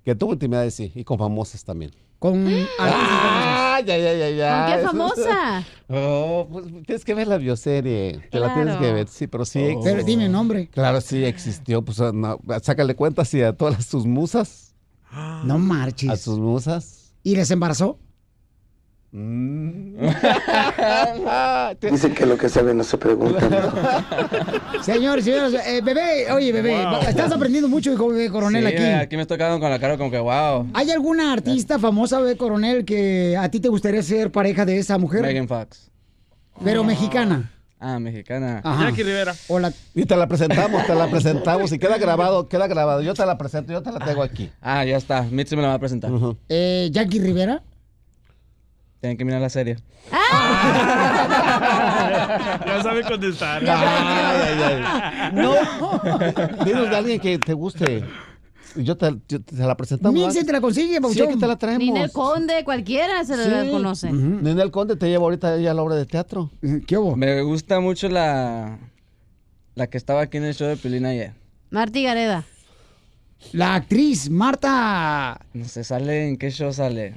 Que tuvo intimidades, sí. Y con famosas también.
Con
Ah, ya, ya, ya, ya.
¿Con qué
Eso-
famosa?
Oh, pues tienes que ver la bioserie. Te la tienes
Claro.
que ver, sí, pero sí.
Oh. Pero dime nombre.
Claro, sí existió. Pues ah, no, sácale cuentas y a todas las- sus musas.
No marches.
A sus musas. Mm.
¿Y les embarazó?
Dice que lo que se ve no se pregunta, mijo.
Señores, señores, eh, bebé, oye, bebé,
Wow.
va- estás aprendiendo mucho, hijo de coronel,
Sí,
aquí.
me estoy quedando con la cara como que, wow.
¿Hay alguna artista famosa, bebé coronel, que a ti te gustaría ser pareja de esa mujer?
Megan Fox.
Pero mexicana.
Ah, mexicana.
Ajá. Jackie
Rivera.
Hola.
Y te la presentamos, te la presentamos y queda grabado, queda grabado. Yo te la presento, yo te la tengo aquí.
Ah, ya está. Mitzi me la va a presentar.
Eh, Jackie Rivera.
Tienen que mirar la serie.
Ya sabe contestar.
No. Dinos de alguien que te guste. Yo te, yo te- te la presentamos.
Nince te la
consigue,
Sí, aquí te la traemos.
Ninel Conde, cualquiera se la
Sí. Mm.
conoce.
Ninel Conde te lleva ahorita ella a la obra de teatro.
¿Qué hubo?
Me gusta mucho la. La que estaba aquí en el show de Pelín ayer.
Marti Gareda.
La actriz Marta.
No sé, ¿sale en qué show sale?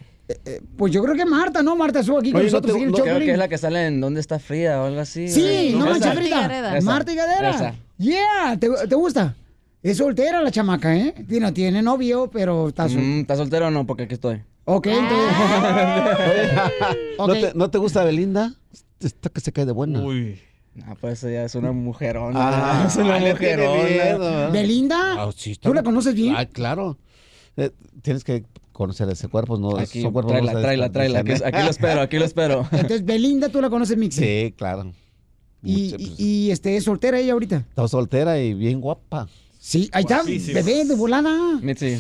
Pues yo creo que Marta, ¿no, Marta estuvo aquí con nosotros. en el show,
creo que
Piolín.
es la que sale en ¿Dónde está Frida o algo así?
Sí, no
Esa.
manches, Frida.
Esa.
Marta y Gadera.
Esa.
Yeah, ¿te, te gusta? Es soltera la chamaca, ¿eh? Y No tiene novio, pero está soltera.
Mm, ¿Estás soltero o no? Porque aquí estoy.
Ok, entonces.
¿No, te, no te gusta Belinda? Está que se cae de buena.
Uy. Ah, pues ella es una mujerona.
Ah,
es una
le tiene
mujerona.
miedo.
¿Belinda?
Ah, sí, está-
¿Tú la conoces bien?
Ah, claro. Eh, tienes que conocer ese cuerpo. No,
Ah,
Aquí,
son cuerpos
tráela,
no se
tráela, tráela. Aquí,
desperdician, ¿eh?
aquí lo espero, aquí lo espero.
Entonces, Belinda, tú la conoces, Mixi.
Sí, claro. pues.
Y, y, y, este, es soltera ella ahorita.
Está soltera y bien guapa.
Sí, ahí está,
Guapísima.
bebé de volada.
Mitzi.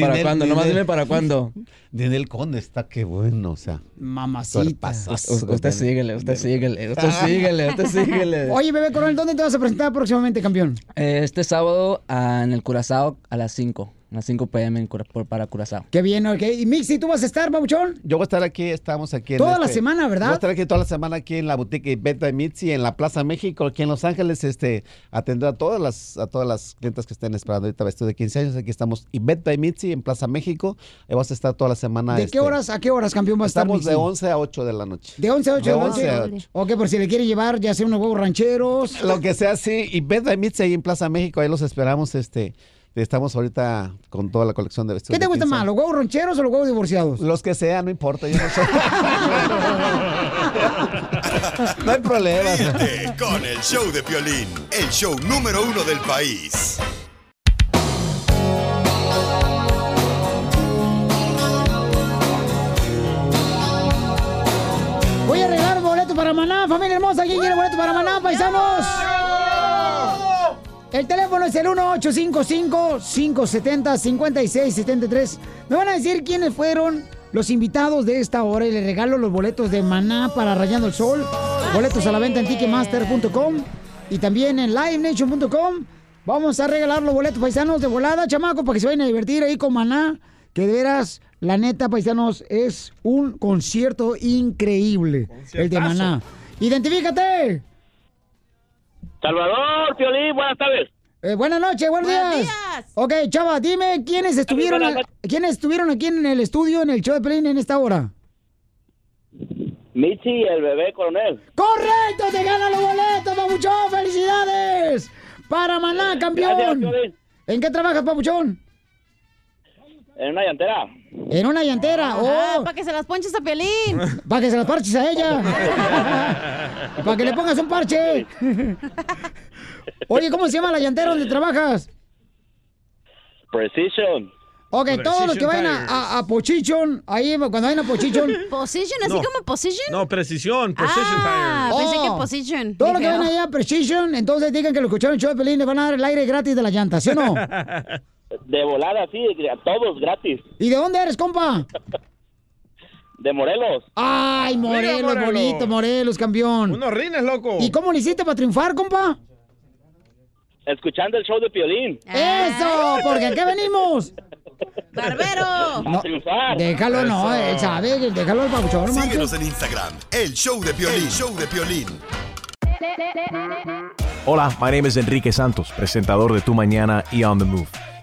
¿Para cuándo? Nomás dime para cuándo.
Dinel Conde está que bueno, o sea.
Mamacita.
Cuerpazazo.
Usted síguele, usted síguele, usted síguele, usted síguele.
Oye, bebé coronel, ¿dónde te vas a presentar próximamente, campeón?
Eh, Este sábado ah, en el Curazao a las 5, a las 5 pm en Cura- por- para Curazao.
Qué bien, ok. ¿Y Mixi, tú vas a estar, babuchón?
Yo voy a estar aquí, estamos aquí. en este,
Toda la semana, ¿verdad?
Voy a estar aquí toda la semana aquí en la boutique Venta de Mitzi, en la Plaza México, aquí en Los Ángeles, este, atender a todas las, a todas las clientas que estén esperando ahorita vestido de 15 años. Aquí estamos Venta de Mitzi en Plaza México. Ahí vas a estar toda la semana.
¿De
este,
qué horas a qué horas, campeón, vas a estar,
Estamos de
Mixi?
11 a 8 de la noche.
De 11 a 8 de, la noche.
11 a 8.
Ok, por si le quiere llevar, ya sea unos huevos rancheros.
Lo que sea, sí. Y Venta de Mitzi ahí en Plaza México, ahí los esperamos, este. Estamos ahorita con toda la colección de vestidos.
¿Qué te
de
gusta
15
más, los huevos rancheros o los huevos divorciados?
Los que sea, no importa, yo no sé. No hay problema.
Ríete con el show de Piolín, el show número uno del país.
Voy a regalar boleto para Maná, familia hermosa. ¿Quién quiere boleto para Maná, paisanos? El teléfono es el 1855-570-5673. Me van a decir quiénes fueron los invitados de esta hora y les regalo los boletos de Maná para Rayando el Sol. Boletos a la venta en Ticketmaster.com y también en LiveNation.com. Vamos a regalar los boletos paisanos de volada, chamaco, para que se vayan a divertir ahí con Maná. Que de veras, la neta, paisanos, es un concierto increíble. El de Maná. ¡Identifícate!
Salvador, Piolín, buenas tardes.
Eh, buenas noches, buenos, días. Ok, chava, dime quiénes estuvieron,
buenas
quiénes estuvieron aquí en el estudio, en el show de Play en esta hora.
Michi, el bebé coronel.
¡Correcto! ¡Te ganan los boletos, Papuchón! ¡Felicidades! ¡Para Maná, campeón!
Gracias, Piolín.
¿En qué trabajas, Papuchón?
En una llantera.
En una llantera.
Ah,
¡Oh!
para que se las ponches a Piolín.
Para que se las parches a ella. Para que le pongas un parche. Oye, ¿cómo se llama la llantera donde trabajas?
Precision.
Ok, todos los que vayan a,
Tires.
a- a Pochichon, ahí cuando vayan a Pochichon.
¿Position?
¿Así No. como
position?
No, precisión, precision
Ah,
tires.
pensé que
Oh.
position.
Todos los que
Dije,
van
oh.
allá a Precision, entonces digan que lo escucharon en el show de Pelín, le van a dar el aire gratis de la llanta, ¿sí o no?
De volada, así, a todos gratis.
¿Y de dónde eres, compa?
De Morelos.
Ay, Morelos,
Mira, Morelos.
bonito, Morelos, campeón.
Unos rines, loco.
¿Y cómo le hiciste para triunfar, compa?
Escuchando el show de Piolín.
¡Eso! Porque aquí venimos.
¡Barbero!
A triunfar.
Déjalo, no,
Eso.
él sabe, déjalo al pabuchón,
Síguenos en Instagram, el show de Piolín. El show de Piolín.
Hola, my name is Enrique Santos, presentador de Tu Mañana y On the Move.